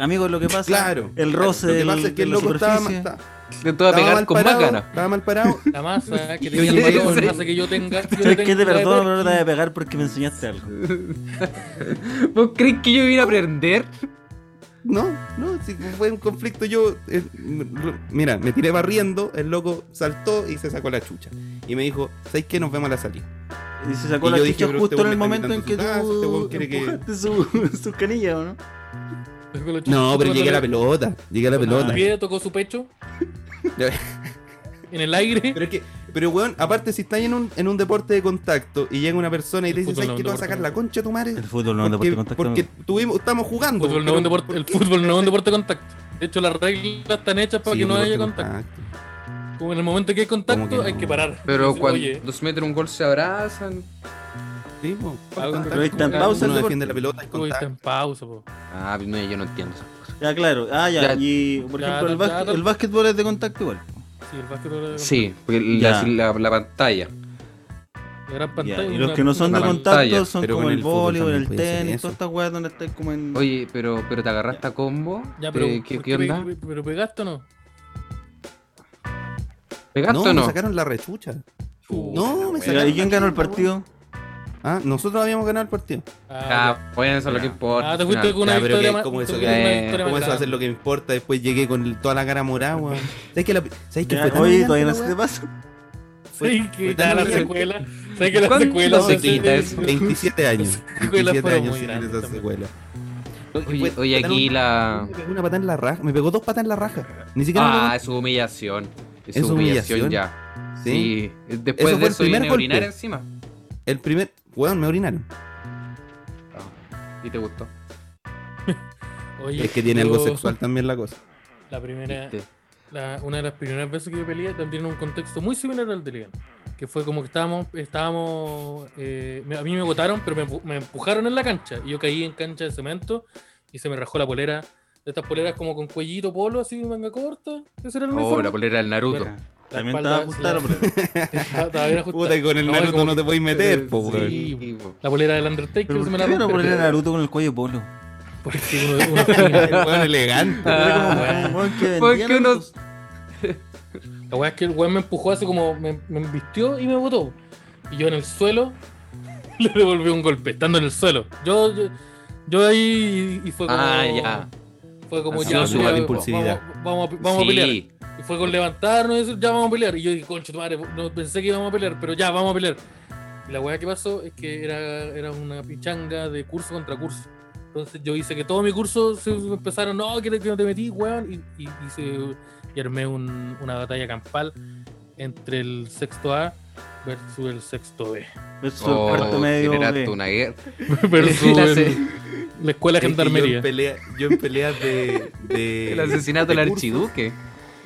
A: Y, amigos, lo que pasa.
D: Claro.
A: El
D: claro.
A: roce.
D: Lo que
A: del-
D: pasa es que
A: de
D: el
A: la
D: loco estaba,
A: superficie.
D: ma-
B: Te voy a
D: estaba
B: pegar
D: mal
B: con más
D: parado,
B: ganas.
D: Estaba mal parado
C: la masa que
B: Yo
C: tenía el
B: dije,
C: valor,
B: sí.
C: la masa que yo tenga. que yo
A: ¿Sabes qué?
C: tenga,
A: Te perdono,
C: la
A: pero no te
C: verdad.
A: voy a pegar porque me enseñaste algo.
B: ¿Vos crees que yo vine a aprender?
D: No, no, si fue un conflicto yo... eh, r- mira, me tiré barriendo, el loco saltó y se sacó la chucha. Y me dijo, ¿sabes qué? Nos vemos a la salida.
A: Y se sacó
D: Y
A: la
D: yo dije,
A: ficha
D: pero
A: justo
D: este
A: en el
D: weón
A: momento
D: está
A: en que tú
D: inventando sus cosas, este weón quiere que-
A: empujaste su, *laughs* su canilla, ¿o no?
D: No, pero llegué a la Ah, pelota, llegué a la
C: Tocó
D: pelota.
C: su pie, tocó su pecho. en el aire.
D: Pero es que, pero weón, aparte si estáis en un, en el deporte de contacto y llega una persona y te dice,
C: fútbol no
D: ¿sabes qué?
C: es
D: Te
C: un
D: vas a sacar
C: deporte
D: la concha de tu madre.
A: El fútbol no es un deporte
D: Porque,
A: de contacto.
D: porque
A: amigo.
D: tuvimos, estamos
C: El
D: jugando.
C: fútbol no es un
D: pero-
C: deporte, el fútbol no es un deporte de contacto. De hecho, las reglas están hechas para
D: Sí,
C: que no
D: un
C: haya
D: deporte de
C: contacto.
A: Ah.
C: Como en el momento que hay
D: ¿Cómo que
C: contacto,
D: no?
C: hay que parar.
B: Pero
C: Entonces,
B: cuando
C: Oye,
B: se meten un gol se abrazan.
D: Sí, po.
C: Ah,
D: Contacto.
A: pero ahí está en pausa el
D: Uno
A: deporte.
D: defiende la pelota y
C: Uy, está en
D: contacto.
C: pausa, po.
B: Ah, no, yo no entiendo esas cosas.
A: Ya, claro. Ah, ya.
B: Ya.
A: Y, por
C: Ya,
A: ejemplo, el,
C: ya,
A: básquet-
C: ya.
A: el básquetbol es de contacto igual.
C: Sí, el básquetbol
B: Sí, porque
A: Ya.
B: la, la, la pantalla.
C: La gran pantalla.
A: Ya, Y
C: una-
A: los que no son de
B: una
A: contacto
B: pantalla,
A: son
D: pero
A: como
D: con
A: el
D: el fútbol
A: voleibol,
D: también
A: el
D: puede ser
A: tenis,
D: eso.
A: todas estas weas donde estáis como en.
B: Oye, pero, pero te agarraste a combo.
C: Ya, pero.
B: Eh, ¿Qué,
C: ¿por
B: qué onda?
C: pe- ¿Pero pegaste o no?
B: ¿Pegaste
D: No,
B: o
D: me
B: no?
D: sacaron la rechucha.
B: Chuta,
D: No,
B: wea.
D: me
A: Ya,
D: sacaron.
A: ¿Y quién ganó el partido?
D: Ah, nosotros habíamos ganado el partido.
C: Ah,
B: Ah, bueno, eso es lo que importa.
C: Ah, te fuiste con una
D: Ya, pero
C: victoria
D: que-
C: más.
D: ¿cómo
C: te
D: eso
C: fuiste
B: que-
C: con una
B: eh,
C: victoria
D: ¿Cómo
C: más
D: eso va a ser
C: grande.
D: lo que me importa? Después llegué con toda la cara morada, weón. ¿Sabes que la... ¿Sabes que
A: Ya,
D: fue
A: Oye,
D: tan humillante
A: todavía no
D: la
A: se
D: weá?
A: te pasa.
D: fue-
C: Sí, que
D: fue
C: da
D: tan
C: la
D: humillante. *laughs*
C: secuela. Sé que la
B: ¿Cuánto
C: secuela.
B: se quita eso?
C: *laughs*
D: 27 años.
C: secuelas
D: 27
C: fueron
D: años
C: muy
D: sin
C: grandes
D: esa
C: también.
D: secuela.
B: Oye, oye, aquí la.
D: Me pegó una patada en la raja. Me pegó dos patas en la raja. Ni siquiera. me
B: Ah,
D: pegó-
B: es su humillación. Es,
D: ¿Es
B: su humillación,
D: humillación?
B: ya.
D: Sí.
B: Sí. Después
D: Eso fue
B: de
D: el
B: eso
D: primer
B: viene a orinar
D: golpe.
B: encima.
D: El primer. Weón, me orinaron.
B: Ah, ¿Y te gustó?
C: Oye,
D: Es que tiene algo
C: yo-
D: sexual también la cosa.
C: La primera,
B: ¿Viste?
C: la- una de las primeras veces que yo peleé también en un contexto muy similar al de Lian. Que fue como que estábamos, estábamos eh, me- a mí me botaron, pero me, empu- me empujaron en la cancha. Y yo caí en cancha de cemento y se me rajó la polera. De estas poleras como con cuellito polo, así, manga corta. Ese era el
B: Oh,
C: uniforme.
B: la polera del Naruto.
C: Bueno. La
A: También te
C: espalda-
A: va a gustar,
C: la-
A: bro.
C: estaba- estaba bien ajustada.
D: Puta, que con el
C: No, es
D: Naruto
C: como
D: no te podéis meter, po, weón. *laughs*
C: Sí,
B: Sí, po.
C: La polera del Undertaker
A: Pero
C: se
A: ¿por
C: me la
A: qué no
C: rompe,
A: ponerle a
C: pero-
A: Naruto con el cuello polo?
C: Porque uno, uno es fino.
D: Weón,
C: *laughs*
D: elegante.
A: Era como un Ah. weón que
B: Porque
A: vendía
B: uno-
A: Naruto.
C: La weá es que el weón me empujó así como me, me embistió y me botó. Y yo en el suelo *laughs* le devolví un golpe, estando en el suelo. Yo, yo, yo ahí y, y fue como.
B: Ah, ya.
C: Fue como
B: Así
C: ya.
B: no sube la
C: mira,
D: impulsividad.
C: Vamos, vamos, a- vamos a pelear.
B: Sí.
C: Y fue con levantarnos y decir, ya vamos a pelear. Y yo dije, concho, tu madre, no pensé que íbamos a pelear, pero ya, vamos a pelear. Y la weá que pasó es que era, era una pichanga de curso contra curso. Entonces yo hice que todo mi curso se se empezaron, no, que, que no te metí, weón. Y, y, y se- y armé un- una batalla campal entre el sexto A versus el sexto B. *laughs*
A: Versus el
B: Oh,
A: cuarto medio.
B: generaste
A: B.
B: una guerra.
C: versus
B: *laughs* La
C: el-
B: se-
C: la escuela
D: Es que Yo
C: gendarmería.
D: en, pelea- yo en peleas de, de-
B: El asesinato
D: de
B: del
D: curso,
B: archiduque.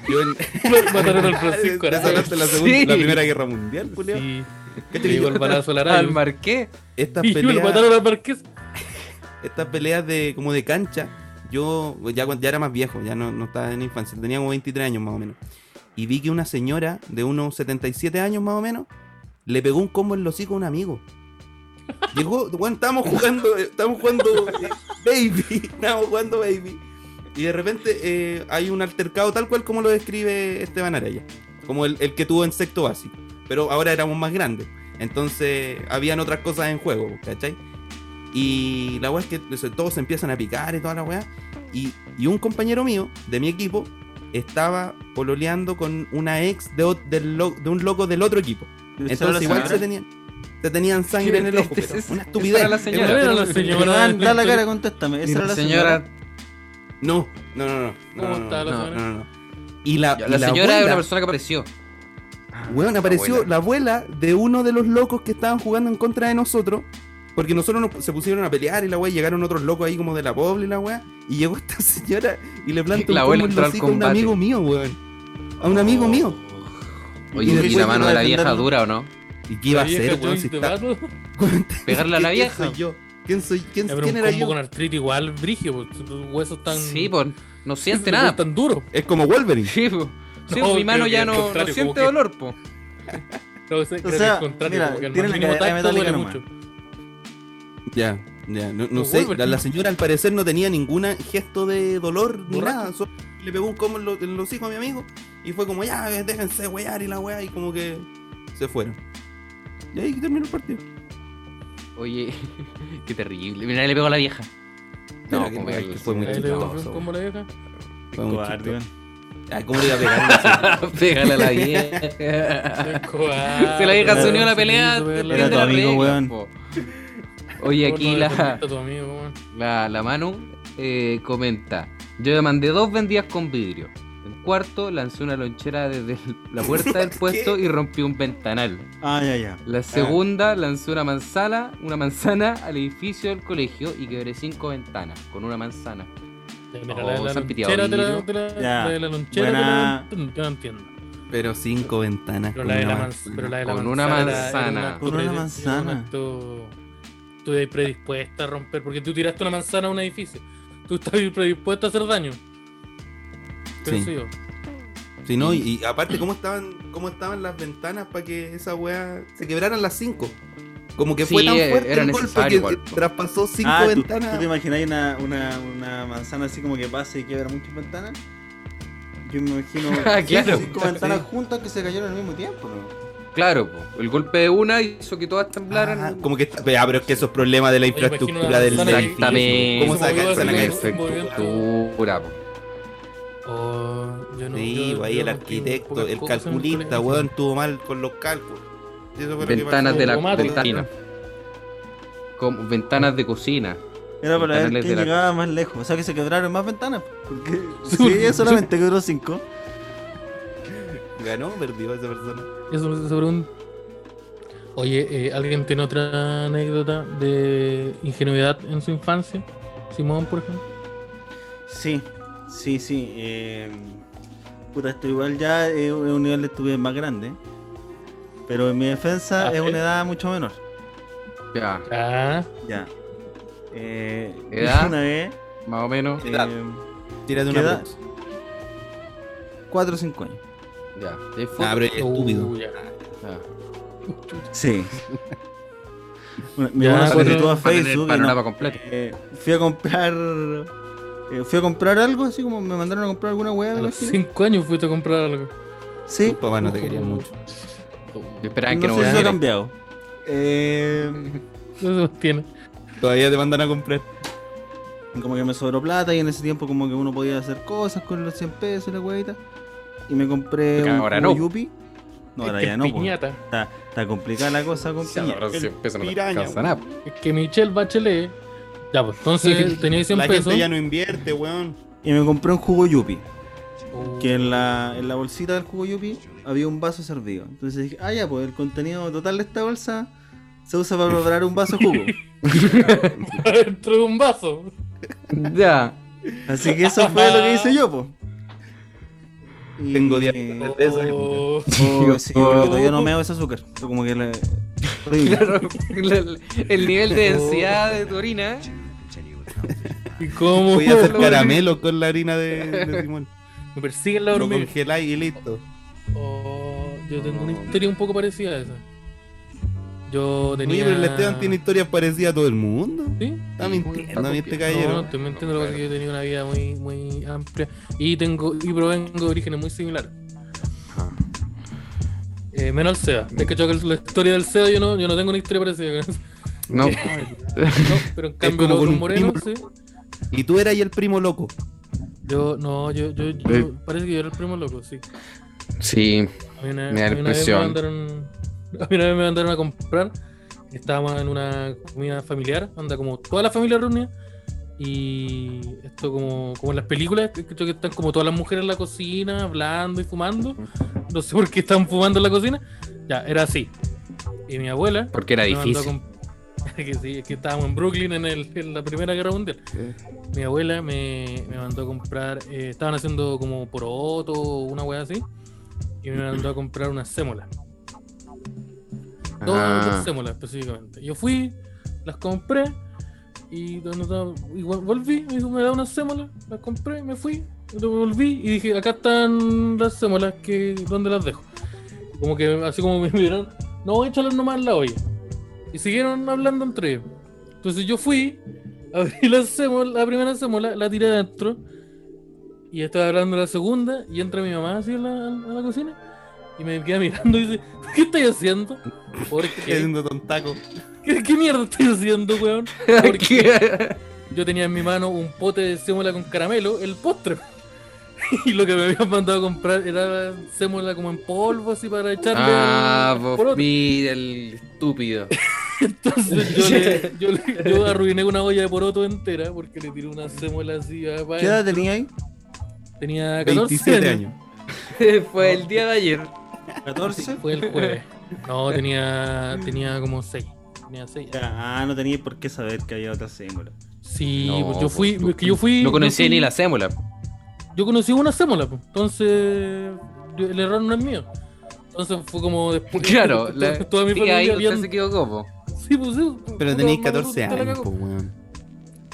D: Yo en.
C: *laughs* Mataron
B: *laughs*
C: al Francisco ¿eh?
D: Te
C: Araya.
D: sacaste la, segunda,
B: Sí.
D: la Primera Guerra Mundial, culiao.
B: *laughs*
C: Sí,
D: ¿Cachai
C: le
D: que
C: llegó
D: yo-
C: el balazo al
B: Al
C: Araya.
B: marqués.
C: *laughs*
D: Estas
C: Y lo
D: peleas,
C: mataron al marqués.
D: estas peleas de como de cancha, yo ya, cuan- ya era más viejo, ya no, no estaba en infancia, tenía como 23 años más o menos. Y vi que una señora de unos 77 años más o menos le pegó un combo en los hocico a un amigo. Llegó, weón, estábamos jugando, eh, estábamos jugando eh, Baby, *laughs* estábamos jugando Baby. Y de repente eh, hay un altercado tal cual como lo describe Esteban Araya, como el, el que tuvo en sexto básico. Pero ahora éramos más grandes, entonces habían otras cosas en juego, ¿cachai? Y la weá es que o sea, todos se empiezan a picar y toda la weá. Y, y un compañero mío de mi equipo estaba pololeando con una ex de, ot- del lo- de un loco del otro equipo. Entonces igual se tenían,
B: *laughs*
D: se tenían sangre en el ojo.
B: Este-
D: pero
B: este-
D: una
B: esta
D: estupidez.
B: era la
D: Es una-
B: señora.
C: Era la señora
A: Da
C: del-
A: da la cara, contéstame. Esa era la señora.
B: Señora,
D: No, no, no, no. no,
C: ¿Cómo
D: no,
C: está la
D: no,
C: señora?
D: no, no, no. Y la,
B: ya,
D: y
B: la señora es
D: abuela,
B: una persona que apareció.
D: weón, apareció
B: abuela.
D: la abuela de uno de los locos que estaban jugando en contra de nosotros. Porque nosotros nos- se pusieron a pelear y la weá, llegaron otros locos ahí como de la pobla y la weá. Y llegó esta *laughs* señora y le plantó
B: La
D: un
B: abuela
D: combo en
B: entró
D: los
B: al
D: hijos a un
B: combate.
D: amigo mío, weón. A un amigo
C: Oh.
D: mío.
B: Oye,
A: Y
B: ¿y
A: después
B: la mano
A: iba a
B: de la vieja
A: defenderlo.
B: dura o no?
D: ¿Y qué iba a
C: La vieja
D: hacer,
C: Joyce
D: weón? Si
C: este de
D: está-
C: Batman.
B: Pegarle a la
D: *laughs* ¿Quién
B: vieja.
D: soy yo? ¿Quién soy? ¿Quién,
C: Ya, pero
D: quién
C: un
D: era
C: combo
D: yo?
C: este con artritis igual, brigio, pues, tus huesos tan.
B: Sí, pues
C: *laughs*
B: no siente
C: tus huesos
B: nada.
C: Tan duro.
D: Es como Wolverine.
B: *laughs* Sí, po. Sí,
C: No,
B: po, mi
C: creo
B: mano
C: que
B: ya
C: al
B: no, no
C: contrario, como
B: siente
C: que-
B: dolor, po.
C: O sea,
A: O sea, mira, tiene la cadena metálica
D: Ya, ya. No, no
C: Como
D: sé, la,
C: Wolverine.
D: la señora al parecer no tenía ningún gesto de dolor ni
C: Borracho.
D: nada. solo le pegó un combo en, lo- en los hijos a mi amigo y fue como, ya, déjense wear y la weá y como que se fueron. Y ahí terminó el partido.
B: Oye, *laughs* qué terrible. Mira, le pegó a la vieja. *laughs* No,
D: Mira,
B: como
D: que-
B: que-
D: ay, que fue muy
C: Ahí le dio
D: chistoso.
C: un combo a la vieja.
D: Fue muy
A: Cobarde,
D: chistoso.
A: weón.
D: Ay, ¿cómo le iba a pegar?
B: Pégale a la
C: *laughs*
B: vieja.
C: Se
B: Se la vieja se unió a la pelea.
A: Era
B: entiende
A: tu
B: la
A: amigo,
B: regla,
A: weón.
B: po. Oye, aquí la,
C: Pero
B: la, la Manu eh, comenta: Yo demandé dos vendidas con vidrio. En cuarto, lancé una lonchera desde el- la puerta del puesto y rompí un ventanal.
A: Ah, ya, ya.
B: La segunda, lancé una manzana, una manzana al edificio del colegio y quebré cinco ventanas con una manzana. Oh,
C: la
B: se han piteado
C: lonchera de la-
B: vidrio.
C: de la-
A: Ya.
C: de la lonchera de
A: Buena.
C: la- Yo no entiendo.
D: Pero cinco ventanas.
C: Pero
D: con
C: la de
D: una
C: la
D: manzana.
C: manzana.
B: Con una manzana.
A: Con una manzana.
C: Acto estuviste predispuesta a romper, porque tú tiraste una manzana a un edificio. Tú estabas predispuesta a hacer daño. Pienso
D: Sí.
C: yo.
D: Si no, y, y aparte, ¿cómo estaban, ¿cómo estaban las ventanas para que esa weá se quebraran las cinco? Como que fue
B: Sí,
D: tan
B: eh,
D: fuerte
B: era
D: el golpe
B: necesario
D: que
B: igual, po.
D: traspasó cinco
A: Ah, ¿tú,
D: ventanas.
A: tú te imaginas una, una, una manzana así como que pasa y quiebra muchas ventanas? Yo me imagino
B: Ah, claro.
A: cinco ventanas juntas que se cayeron al mismo tiempo. ¿no?
B: Claro, po, el golpe de una hizo que todas temblaran.
D: Ah, como que está- ah, pero es que esos problemas de la
C: Oye, pues, imagino
D: infraestructura
C: una
D: del
C: manzana que-
D: del
B: Exactamente.
D: ¿Cómo saca-
C: movió-
D: saca-
B: Infraestructura, po.
C: Oh, yo no-
D: Sí,
C: yo-
D: pues ahí
C: yo
D: el
C: no entiendo
D: arquitecto,
C: pocas
D: el
C: cosas en
D: calculista,
C: colegio.
D: weón, estuvo mal con los cálculos. Y eso fue lo que
B: ventanas
D: pasó.
B: de la
C: Automático.
B: ventana. Como ventanas de cocina.
A: Era para ver
B: Ventanales
A: quién
B: de la-
A: llegaba más lejos. O sea que se quebraron más ventanas. *laughs* Porque
C: Sí.
A: si ella solamente quebró cinco.
D: Ganó, o perdió esa persona.
C: Eso me hace pregunta. Oye, eh, ¿alguien tiene otra anécdota de ingenuidad en su infancia? Simón, por ejemplo.
A: Sí, sí, sí. eh, puta, esto igual ya es un nivel de estupidez más grande. Pero en mi defensa
C: Ah,
A: es una
C: ¿eh?
A: edad mucho menor.
B: Ya,
C: Ah,
A: Ya. Eh,
B: ¿Edad?
A: Una vez.
B: más o menos.
D: Edad.
A: eh,
D: Tírate
A: ¿Qué
D: una
A: edad? Cuatro o cinco años.
B: Ya.
A: Ah,
B: ya fue.
D: Nah, Ah, pero es estúpido.
C: uh, ya.
B: Ya.
A: *laughs* Sí. Mi
C: Ya,
A: mamá
C: para
A: sobre
C: tener-
A: todo a
B: Para tener el
A: Facebook. y
B: panorama
A: no.
B: completo.
A: Eh, fui a comprar. eh, fui a comprar algo, así como me mandaron a comprar alguna
C: A
A: hueá.
D: Ah,
A: me
C: los
A: imagino.
C: 5 años fuiste a comprar algo.
A: Sí.
D: Tus papás no te querían mucho.
B: Yo esperaba que no,
A: no sé si eso ha
B: volviera.
A: cambiado. Eh,
C: Eso tiene.
D: Todavía te mandan a comprar.
A: como que me sobró plata y en ese tiempo como que uno podía hacer cosas con los 100 pesos y la huevita. Y me compré
B: Porque
A: un
B: ahora
A: cubo
B: no.
A: Yupi. No, ahora
C: Es que
A: ya no. pues. po.
C: piñata.
A: Está, está complicada la cosa con
B: *laughs* Ya, ahora
A: piñata.
B: sí empieza, no me
D: piraña,
B: alcanza
D: weón.
B: nada.
C: Es que Michelle Bachelet. Ya, pues entonces tenía 100
D: La
C: pesos.
D: gente ya no invierte, weón.
A: Y me compré un jugo Yupi.
C: Oh,
A: Que en la, en la bolsita del jugo Yupi había un vaso servido. Entonces dije, ah, ya, pues el contenido total de esta bolsa se usa para preparar un vaso de
C: *laughs*
A: jugo.
C: *laughs* Dentro de un vaso.
B: Ya. *laughs*
A: Así que eso fue lo que hice yo, pues. Y-
D: Tengo diabetes.
A: Oh,
D: De eso.
C: Oh,
A: sí, porque todavía no me hago ese azúcar. Yo Como que
C: *laughs*
A: le... horrible.
B: Claro, el, el nivel de densidad de tu orina.
C: ¿Y cómo?
D: Voy a hacer
B: Lo-
D: caramelo con la harina de,
C: *laughs*
D: de Simón.
C: Me persiguen la
D: Lo
C: hormiga.
D: congeláis y listo.
C: Oh, yo tengo una historia un poco parecida a esa. Yo tenía.
D: Oye, pero el Esteban tiene historias parecidas a todo el mundo.
C: ¿Sí?
D: Está
B: Sí,
D: mintiendo,
B: está
D: a mí este
B: copiando.
D: caballero.
C: No, no, te me entiendo, lo que pasa es que yo he tenido una vida muy, muy amplia y tengo y provengo de orígenes muy similares. Eh, menos el SEA. Es que yo la historia del SEA yo no, yo no tengo una historia parecida con eso.
B: No.
C: No, pero
B: *laughs*
C: en cambio los
D: como con
C: otros
D: un
C: morenos, sí.
D: Y tú eras ahí el primo loco.
C: Yo, no, yo, yo, yo-
B: Eh.
C: parece que yo era el primo loco, sí.
B: Sí,
C: A mí una,
B: Me da
C: a mí una vez me
B: impresión.
C: mandaron, *laughs* a mí una vez me mandaron a comprar. Estábamos en una comida familiar, anda como toda la familia reunida. Y esto como, como en las películas, que, creo que están como todas las mujeres en la cocina, hablando y fumando. No sé por qué están fumando en la cocina. Ya, era así. Y mi abuela
B: porque era
C: me mandó a
B: difícil.
C: comp- *laughs* que sí, es que estábamos en Brooklyn en, el- en la Primera Guerra Mundial. Mi abuela me, me mandó a comprar, eh, estaban haciendo como poroto o una wea así, y me mandó a comprar una sémola. Dos,
B: Ah.
C: dos sémolas específicamente. Yo fui, las compré, y, no- no- y vol- volví, me dijo, me da una sémola, las compré, me fui, volví, y dije, acá están las sémolas, que, ¿dónde las dejo? Como que así como me *laughs* miraron, no, échalas nomás en la olla. Y siguieron hablando entre ellos. Entonces yo fui, *laughs* abrí la, sémola- la primera sémola, la tiré adentro. Y estaba hablando la segunda. Y entra mi mamá así a la, a la cocina. Y me queda mirando y dice: ¿Qué estáis haciendo? ¿Por qué?
D: Haciendo tontaco.
C: ¿Qué, qué mierda estáis haciendo, weón?
B: *laughs*
C: ¿Por qué? Yo tenía en mi mano un pote de sémola con caramelo, el postre. *laughs* Y lo que me habían mandado a comprar era sémola como en polvo, así para echarle.
B: Ah,
C: al
B: vos
C: poroto.
B: mira el estúpido. *laughs*
C: Entonces yo, le, yo, le- yo arruiné una olla de poroto entera porque le tiré una sémola así a
A: ¿Qué edad tenía ahí?
C: Tenía 14
D: 27 años.
B: Fue el día de ayer.
A: 14.
C: Fue el jueves. No, tenía, tenía como 6. Tenía 6.
A: Ah, no tenía por qué saber que había otra sémola.
C: Sí,
B: No,
C: pues yo
B: pues,
C: fui,
B: no-
C: es que yo fui.
B: No
C: yo
B: conocía
C: fui-
B: ni
C: *laughs*
B: la sémola.
C: Yo conocí una sémola, pues. Entonces, yo- el error no es mío. Entonces fue como después.
B: Claro,
C: toda-
B: la,
C: *laughs* toda mi
B: sí, ahí
C: familia
B: usted
C: habían-
B: se equivocó. po.
C: Sí, pues sí. pues,
D: Pero
C: puta,
D: tenéis
C: hermano,
D: 14
C: puta, la
D: años,
C: cago.
D: pues, weón.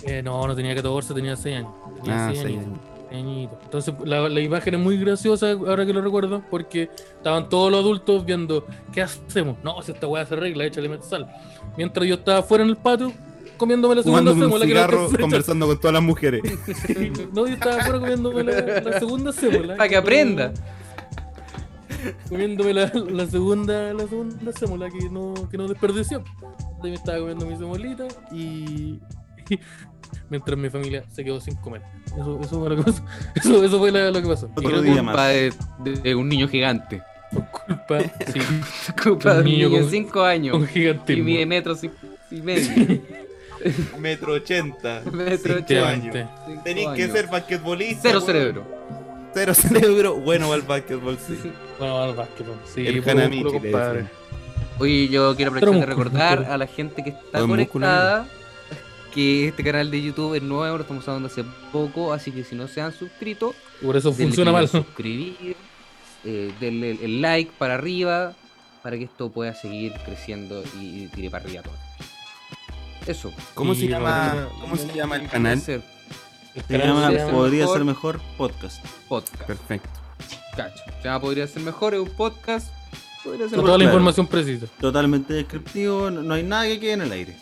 C: Eh, no, no tenía 14, tenía 6 años. Tenía
D: Ah,
C: 6
D: sí.
C: años. Pequeñito. Entonces la, la imagen es muy graciosa ahora que lo recuerdo porque estaban todos los adultos viendo qué hacemos. No, si esta weá se arregla, échale más sal. Mientras yo estaba fuera en el patio comiéndome la segunda
D: Fumándome un
C: sémola que no
D: cigarro,
C: alcancé a echar.
D: conversando con todas las mujeres.
C: *laughs* No, yo estaba fuera comiéndome la, la segunda sémola.
B: Para que aprenda.
C: Comiéndome la, la segunda la segunda sémola que no, que no desperdició. Entonces me estaba comiendo mi semolita y, *laughs* y mientras mi familia se quedó sin comer. Eso, eso fue lo que pasó. *laughs* Eso, eso fue la- lo que pasó.
A: Otro
B: Por
A: día
B: culpa
A: más.
B: de, de un niño gigante.
C: Por culpa, sí,
B: *laughs* Por culpa de un niño de
C: con-
B: 5 años.
C: un
B: Y mide
C: gigantismo.
B: metros y, y medio.
D: *laughs* Metro ochenta.
B: *laughs* Metro
D: Cinco
B: ochenta.
D: años.
C: Efectivamente.
B: Cinco
D: Tenéis que
B: años.
D: ser basquetbolista.
B: Cero
D: weón.
B: cerebro.
D: *laughs* Cero cerebro. Bueno, va al basquetbol, sí.
C: Bueno, al básquetbol. Sí,
D: El
C: puro
D: Hanamichi,
C: músculo,
D: le
C: compadre.
D: decían.
B: Oye, yo quiero aprovechar de
C: músculo,
B: recordar
C: músculo.
B: a la gente que está
D: Todo el músculo,
B: conectada que este canal de YouTube es nuevo, lo estamos usando hace poco, así que si no se han suscrito,
C: Por eso
B: denle
C: funciona
B: click en
C: mal.
B: Suscribir, eh, denle el, el like para arriba, para que esto pueda seguir creciendo y, y tire para arriba todo. Eso.
D: ¿Cómo
C: Y
D: se llama?
C: ahora-
D: ¿Cómo se llama el canal?
B: Ser
C: El
A: Se
C: canal
A: llama
C: se
B: ser
C: llama-
A: Podría
B: mejor.
A: ser mejor podcast.
B: podcast.
D: Perfecto.
B: Cacho. Se llama Podría ser mejor, es un podcast. Podría ser
C: Toda
B: mejor.
C: la
A: claro.
C: información precisa.
A: Totalmente descriptivo, no, no hay nada que quede en el aire.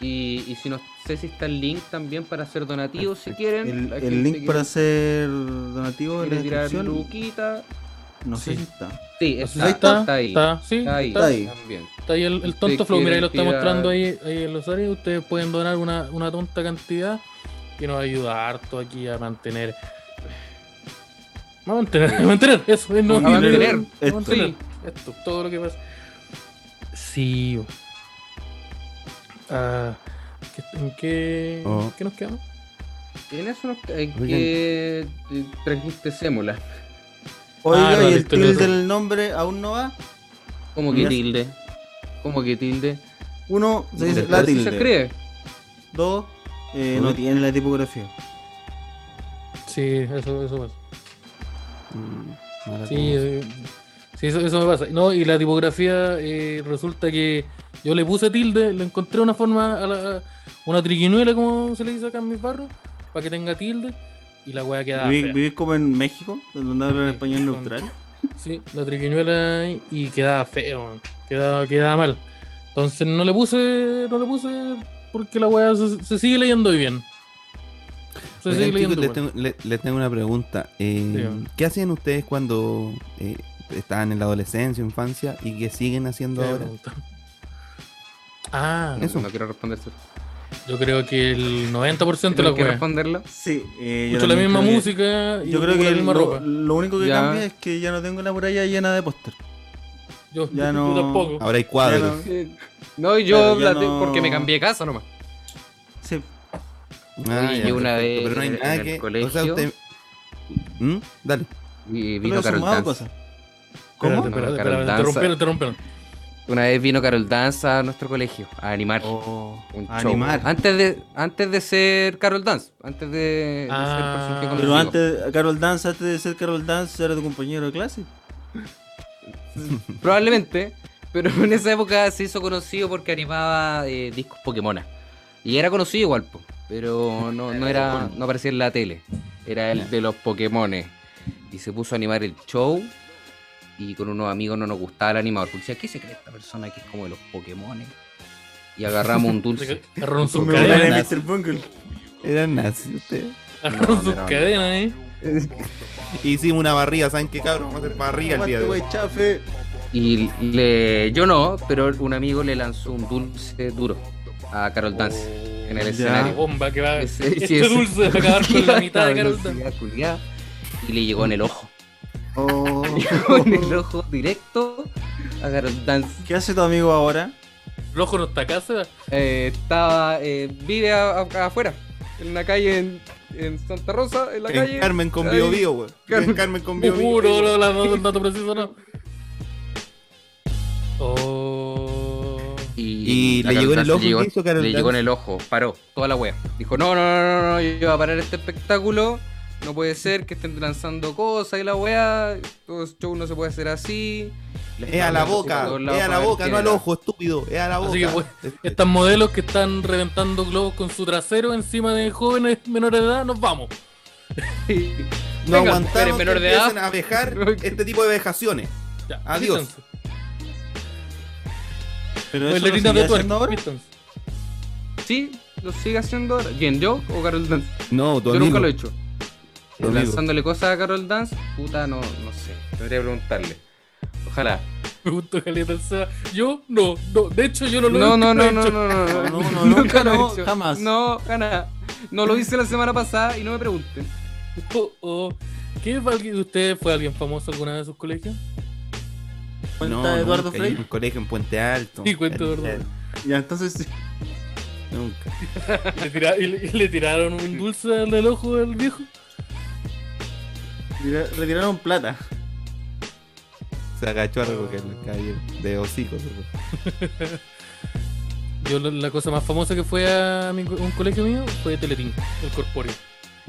B: Y, y si no sé si está el link también para hacer donativos si quieren.
A: El,
B: La
A: el
B: gente
A: link
B: que
A: para hacer donativo en la
B: quiere tirar
A: descripción.
B: luquita.
A: No sé
C: Sí.
A: si está.
B: Sí,
C: No sé si
B: está, está, ahí. Está,
C: Está, sí,
B: ahí.
A: está ahí.
B: También.
C: Está ahí el, el
B: Ustedes
C: tonto flow, mira, ahí lo está
B: quieren tirar-
C: mostrando ahí, ahí el usuario. Ustedes pueden donar una, una tonta cantidad que nos ayuda harto aquí a mantener. Va a mantener, a mantener, eso, es no,
B: A mantener
C: a
A: esto.
C: mantener
B: Sí.
C: esto, todo lo que pasa. Sí. bo. Ah, ¿qué- ¿En qué, en
D: Oh.
C: qué nos quedamos?
B: En eso no- en
D: Oigan.
B: que eh, trajiste sémola.
A: Oiga,
C: Ah, no,
A: y el
C: listo, el
A: tilde
C: otro.
A: del nombre aún no va.
B: ¿Cómo que
A: Ya.
B: tilde? ¿Cómo que tilde?
A: Uno se dice
D: Pero
A: la
B: Pero sí se
A: tilde.
B: escribe.
A: Dos, eh, no
D: Ujú.
A: tiene la tipografía.
C: Sí, eso, eso pasa.
D: Mm, mala
C: Sí,
D: cosa.
C: eh, sí, eso, eso me pasa. No, y la tipografía eh, resulta que yo le puse tilde, le encontré una forma, a la- una triquiñuela, como se le dice acá en mis barros, para que tenga tilde, y la weá queda.
A: Vivi-
C: fea.
A: Vivís como en México, donde hablan
C: Sí,
A: español
C: con-
A: neutral.
C: Sí, la triquiñuela y- y quedaba feo, man. quedaba, quedaba mal. Entonces no le puse, no le puse porque la weá se, se sigue leyendo bien. Se
D: Oigan,
C: sigue leyendo
D: chicos, les,
C: igual.
D: tengo, le- les tengo una pregunta. Eh,
C: Digan.
D: ¿Qué hacían ustedes cuando eh, estaban en la adolescencia, infancia y qué siguen haciendo
C: Qué
D: ahora?
C: pregunta. Ah,
D: Eso.
B: No quiero responder eso.
C: yo creo que el 90% de la
B: ¿Tengo que
C: weá.
B: responderla?
A: Sí, eh, yo
C: Escucho la
A: también
C: misma
A: creo que-
C: música y
A: Yo creo que
C: la misma
A: lo,
C: ropa.
A: lo único que
B: Ya.
A: cambia es que ya no tengo la muralla llena de póster.
C: Yo,
A: ya
C: yo
A: no-
C: tampoco.
D: Ahora hay
A: Ya
D: cuadros.
A: no-
B: Eh, No,
A: Claro,
B: yo
A: ya
B: la te-
A: no-
B: porque me cambié de casa nomás.
A: Sí,
D: Ah,
B: Oye,
D: ya,
B: yo una
D: perfecto,
B: vez
D: Pero no hay
B: en
D: nada
B: el
D: que.
B: colegio-
D: O sea, usted... ¿Mm? Dale.
B: Y vino
A: pero
B: Carol
A: sumado pues.
B: Dance.
A: cosas.
C: Espérate,
A: ¿Cómo?
C: espérate,
B: No,
C: espérate,
B: Carol
C: te rompieron,
B: Danza.
C: te rompieron.
B: Una vez vino Carol Dance a nuestro colegio a animar.
A: Oh,
B: un show. Ah,
A: animar.
B: Antes de, antes de ser Carol Dance, antes de, de
C: Ah,
B: ser personaje
A: Pero
B: conocido.
A: antes, Carol Dance, antes de ser Carol Dance, era tu compañero de clase.
B: Probablemente, pero *laughs* en esa época se hizo conocido porque animaba eh, discos Pokémona. Y era conocido igual, po, pero no, no
A: *laughs*
B: era no aparecía en la tele. Era el de los Pokémones. Y se puso a animar el show. Y con unos amigos no nos gustaba el animador. Porque decía, ¿qué se cree esta persona que es como de los Pokémones? Y
A: *laughs*
B: agarramos un dulce.
C: Agarraron sus
A: Me
D: cadena.
A: voy a
C: cadenas.
A: ver a Mr. Bungle.
D: Eran nazis ustedes.
C: Agarraron sus
B: No, Ah. no,
C: cadenas, eh.
D: Hicimos una barriga, ¿saben qué cabrón? Vamos a hacer barriga el día de
A: Aguante,
D: hoy.
A: wey, chafe.
B: Y le, yo no, pero un amigo le lanzó un dulce duro a Carol Dance. en
D: Oh,
A: Ya.
B: el
C: La
B: escenario.
C: bomba que va.
B: Ese-
C: este
B: sí, ese-
C: dulce va a acabar Oh, con
B: *laughs*
C: la mitad de Carol Dance.
B: Velocidad, culiá. Y le llegó en el ojo. *laughs*
A: Oh.
B: Con el ojo directo a Carol Dance.
A: ¿Qué hace tu amigo ahora?
C: Rojo no está acá, se va.
B: Eh, estaba, eh, vive a- a- afuera, en la calle en, en Santa Rosa, en la
D: En
B: calle.
D: Carmen con
B: Ahí.
D: Bio Bio, güey. En
B: Carmen.
D: Carmen con Bio Bio.
C: Puro, no, no, el dato preciso
B: *laughs*
C: no. Oh.
B: Y,
D: Y
B: la
D: le
B: Carol
D: llegó en el
B: Dance
D: ojo, ¿qué hizo Carol
B: Le llegó en
D: Dance?
B: el ojo, paró, toda la wea. Dijo, no, no, no, no, no, yo iba a parar este espectáculo. No puede ser que estén lanzando cosas y la weá. Los shows no se puede hacer así. Les
D: Es a la
B: mandan por
D: boca,
B: todos lados
D: es a la
B: para ver
D: boca,
B: quién
D: no al
B: era.
D: ojo, estúpido, es a la boca.
C: Así que, pues, estos modelos que están reventando globos con su trasero encima de jóvenes menores de edad, nos vamos.
D: no
B: venga,
D: aguantamos
B: eres
D: que
B: menor de edad.
D: empiecen a vejar este tipo de vejaciones.
C: *laughs* Ya,
D: Adiós.
C: vístanse.
A: Pero eso lo
C: Bailarinas de
A: seguía
C: twerk,
A: haciendo ahora.
C: vístanse.
B: Sí, lo sigue haciendo ahora. ¿Quién, yo o Carol Dance?
D: No, tu
B: Yo nunca lo he hecho.
D: Tu amigo.
B: Lanzándole cosas a Carol Dance, puta, no, no sé. Tendría que preguntarle. Ojalá.
C: Me gustó Caleta el Seba. Yo no, no, de hecho yo no lo
B: No,
C: he visto,
B: no, no,
C: de
B: no,
C: hecho.
B: no, no, no,
A: No, no, nunca,
B: *laughs* nunca lo he
A: no,
B: hecho.
A: jamás.
B: No, nada. No lo hice la semana pasada y no me pregunten.
C: Oh, oh. ¿Qué es alguien de ustedes? ¿Fue alguien famoso alguna vez de sus colegios?
A: ¿Cuenta
D: No,
A: Eduardo
D: nunca,
A: Frey?
D: yo en un colegio en Puente Alto.
C: Sí, cuento,
D: Eh,
C: ¿verdad?
A: Ya, entonces sí.
D: Nunca.
C: Y le, tira- y le- y le tiraron un dulce al del ojo al viejo.
A: Tira- Retiraron plata.
D: Se agachó a recogerle, caballero. De hocico. se fue.
C: Yo lo- la cosa más famosa que fue a mi co- un colegio mío fue Teletín, el corpóreo.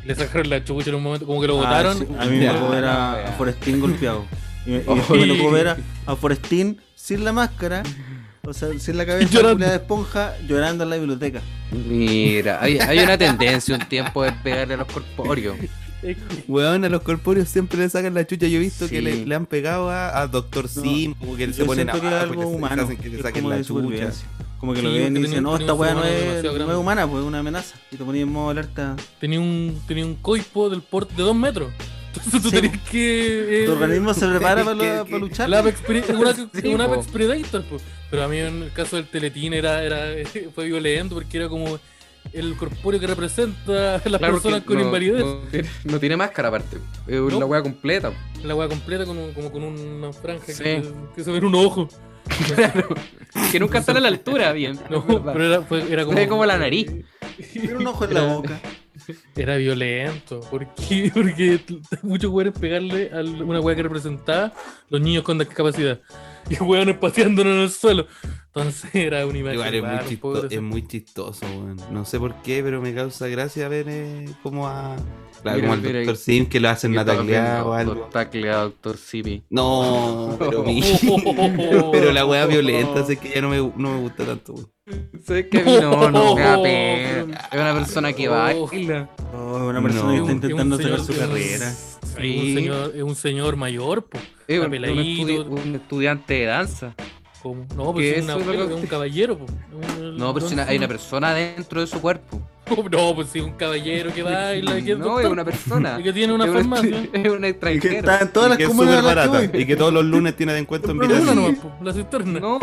C: Le sacaron la chubucha en un momento, como que lo botaron.
A: Ah, sí, A mí me
D: Ya.
A: tocó ver a, a Forestín golpeado. Y, me- y después me tocó ver a, a Forestín sin la máscara, o sea, sin la cabeza
C: Llorando.
A: culiada de esponja, llorando en la biblioteca.
B: Mira, hay, hay una tendencia un tiempo de pegarle a los corpóreos.
C: Eh,
D: Weón, a los corpóreos siempre le sacan la chucha. Yo he visto que
B: Sí.
D: le, le han pegado a, a Doctor Sim, como que
A: Yo
D: se ponen a
A: siento que es algo humano,
D: hacen que
A: que
D: le
A: es
D: saquen
A: como
D: la
A: de
D: chucha.
A: supervivencia. Como que lo
C: Sí,
A: ven
C: porque
A: y
C: tenía-
A: dicen, no,
C: tenía
A: esta
C: un
A: weá no
C: humano
A: es,
C: demasiado
A: no es
C: grande.
A: humana, pues es una amenaza. Y te ponía en modo alerta.
C: tenía, un, tenía un coipo del porte de dos metros. Entonces tú
A: Sí,
C: tenías que. eh,
A: Tu organismo se prepara
D: ¿Qué-
A: para, la-
D: qué-
A: para
D: qué?
A: luchar.
C: el Apex Pre- es una, es
B: *laughs* Sí,
C: un
B: po.
C: Apex Predator, po. pero a mí en el caso del Teletín era, era, *laughs* fue violento porque era como el corpóreo que representa a las
B: Claro,
C: personas
B: porque
C: con
B: no,
C: invalidez.
B: No tiene, no tiene máscara aparte. Es
C: No.
B: una wea completa.
C: La hueá completa con un- como con una franja
B: Sí.
C: que, que se ve en un ojo.
B: Que nunca están a la altura, bien.
C: No,
B: es verdad.
C: pero era, fue- era como,
B: Se ve como la nariz.
A: Tiene un ojo en la boca.
C: Era violento. ¿Por qué? *laughs* Porque t- muchos hueones pegarle a l- una hueá que representaba los niños con discapacidad. *laughs* Y hueones pateándonos en el suelo. Entonces era una imagen.
D: Igual es muy,
C: rara,
D: chisto-
C: pobre.
D: es muy chistoso, weón. No sé por qué, pero me causa gracia ver eh, como a. Claro,
B: Mira,
D: como al
B: mira,
D: Dr. Sim que lo hacen
B: Que estaba
D: nataglear
B: viendo
D: o algo.
B: Tacleado, doctor Sibi. *laughs*
D: No, pero mi. *laughs* Pero la weá violenta, así que ya no me, no me gusta tanto, weón.
B: ¿Sabes qué? A mí No, no, me da
C: No.
B: pena. Es una persona que baila.
A: Oh, es una persona que
D: No.
A: está intentando
C: Es un
A: sacar su
C: señor-
A: carrera.
C: Es un señor, es un señor mayor, po.
B: Es
C: Está
B: un, un
C: peladito.
B: estudi- un estudiante de danza.
C: Como- No,
B: Que
C: pues es, una-
B: eso es lo que-
C: es un caballero, po.
B: No, pero si una- hay una persona dentro de su cuerpo.
C: *laughs* No, pues sí, un caballero que
B: *laughs*
C: baila. Que
B: No, es una persona.
C: Y que tiene una
B: Es un
C: farmacia.
B: estu- Es un
A: Y que
B: extranjero.
A: está en todas
D: Y
A: las
D: que es
A: comunas
D: súper
A: a las que voy.
D: barata. Y que todos los lunes tiene de encuentro en
A: Pero
C: Una
D: Vitacil.
B: *laughs*
C: nomás, po, *laughs* la cisterna.
B: No,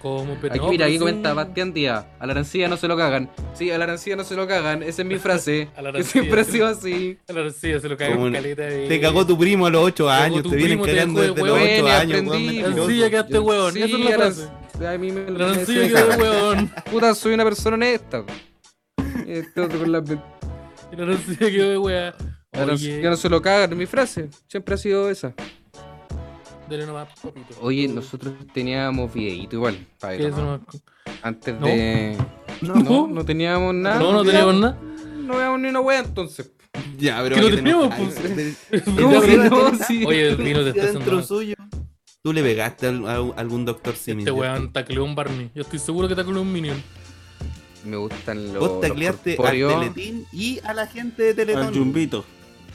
C: ¿Cómo? Pero
B: aquí,
C: no,
B: mira,
C: pero
B: aquí
C: sí. *laughs*
B: comenta Bastián Díaz. A la arancilla no se lo cagan. Sí, a la arancilla no se lo cagan. Esa *laughs* es mi frase.
C: A la
B: que
C: arancilla.
B: siempre ha sido así.
C: Claro, sí, se lo
D: Como
C: cagó
D: en-
C: caleta. de-
D: Te cagó tu primo a los 8
C: Te cagó
D: años,
C: tu
D: te vienen
C: primo, te
D: cagando
C: dejó de
D: desde los
C: hueón.
D: 8
B: Bueno,
D: años, weón,
B: aprendí,
D: mentiroso.
C: Arancilla quedaste
B: Yo-
C: huevón.
B: sí,
C: este Esa es la frase.
B: aranc- A mí me me-
C: Arancilla quedó huevón.
B: Puta, soy una persona honesta. Este otro con las ven-
C: Y *laughs* La arancilla quedó de hueá.
B: La arancilla no
C: Oye,
B: se lo cagan. Mi frase siempre ha sido esa. Mm.
C: dale nomás, papito.
B: Oye, nosotros teníamos videíto igual. pa' ver,
C: ¿Qué es
B: ¿no?
C: eso nomás?
B: Antes
C: No.
B: de.
A: No.
B: No, no teníamos nada.
C: No, no teníamos nada.
B: No veamos ni una wea entonces.
D: Ya, pero.
C: Que lo
D: hay
C: teníamos,
D: enojar,
C: pues.
D: weón.
B: ¿Cómo que no?
D: no?
B: Sí.
C: Oye, el vino te está
D: Dentro
C: sonando.
D: suyo. Tú le pegaste al- a, algún doctor Simi.
C: Este
D: ¿cierto?
C: weón tacleó un Barney. Yo estoy seguro que tacleó un Minion.
B: Me gustan los.
D: Vos
B: los
D: tacleaste al
B: corpóreos.
D: Teletín y a la gente de Teletón.
A: Al Jumbito.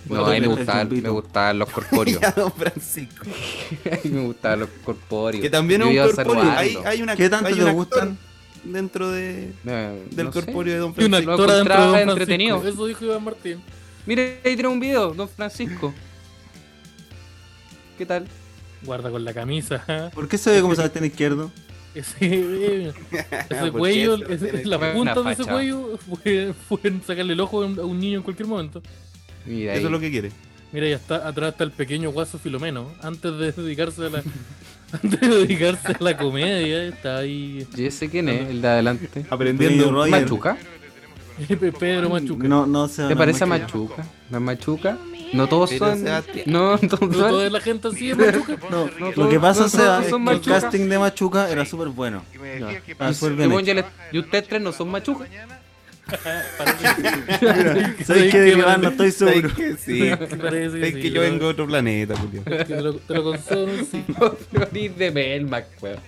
B: No, a mí me
A: El
B: gustaban,
A: chumbito.
B: me gustaban los
D: Y
B: *laughs* corpóreos.
D: a don Francisco.
B: A mí *laughs* me gustaban los corpóreos.
D: Que también
B: Yo
D: es
B: iba
D: un corpóreo.
B: saludando.
D: Hay, hay una,
A: ¿Qué tanto
D: hay un
A: te
D: actor
A: gustan?
D: Dentro de,
B: Eh,
D: del
B: no sé.
D: corpóreo de don
C: Y una
D: Francisco.
B: Lo
C: actora dentro de
B: encontraba
C: Don Francisco.
B: entretenido.
C: Eso dijo Iván Martín.
B: Mire, ahí tiene un video, don Francisco. ¿Qué tal?
C: Guarda con la camisa. ¿eh?
A: ¿Por qué se ve como Sebastián Izquierdo? *laughs*
C: Ese, ese
D: Porque
C: cuello,
D: eso
C: ese-
D: tiene-
C: la
B: fue
C: punta
B: una
C: de ese
B: facha.
C: cuello *laughs* fue, fue en sacarle el ojo a un, a un niño en cualquier momento.
B: Mira ahí.
D: Eso es lo que quiere.
C: Mira, ya está, atrás está el pequeño guaso Filomeno. Antes de dedicarse
B: *laughs*
C: a la, antes de dedicarse a la comedia, está ahí
B: Yo sé quién es, el de adelante.
D: Ah,
A: Aprendiendo Roger.
B: Machuca.
C: eh, Pedro Machuca.
A: No, no se
B: ¿Te parece a Machuca? ¿La Machuca? No todos
D: Pero
B: son.
D: Sebastián.
B: No, *laughs*
C: No
B: todos
C: toda
B: son.
C: la gente así es Machuca.
A: No, lo
B: todos-
A: que pasa,
B: no
A: Seba,
B: todos
A: es
B: son
A: que el
B: Machuca.
A: casting de Machuca era súper bueno.
E: Y me decías que
A: Ah,
E: pasó
A: fue bien
E: la
A: hecho.
E: trabaja de
B: ¿Y ustedes
E: la noche
B: tres no
E: hasta
B: son
E: las dos de la
B: machucos?
E: mañana,
C: Parece-
A: ¿Sabes qué, Iván? No
C: parece-
A: estoy seguro.
D: ¿Sabes que
A: *laughs*
D: sí?
C: *laughs* Parece que
D: ¿Sabes
C: sí,
D: que yo
C: weón.
D: vengo de otro planeta, Julio?
C: que Te lo, te lo concedo en un sí.
B: *laughs* Venís de Melmac, weón.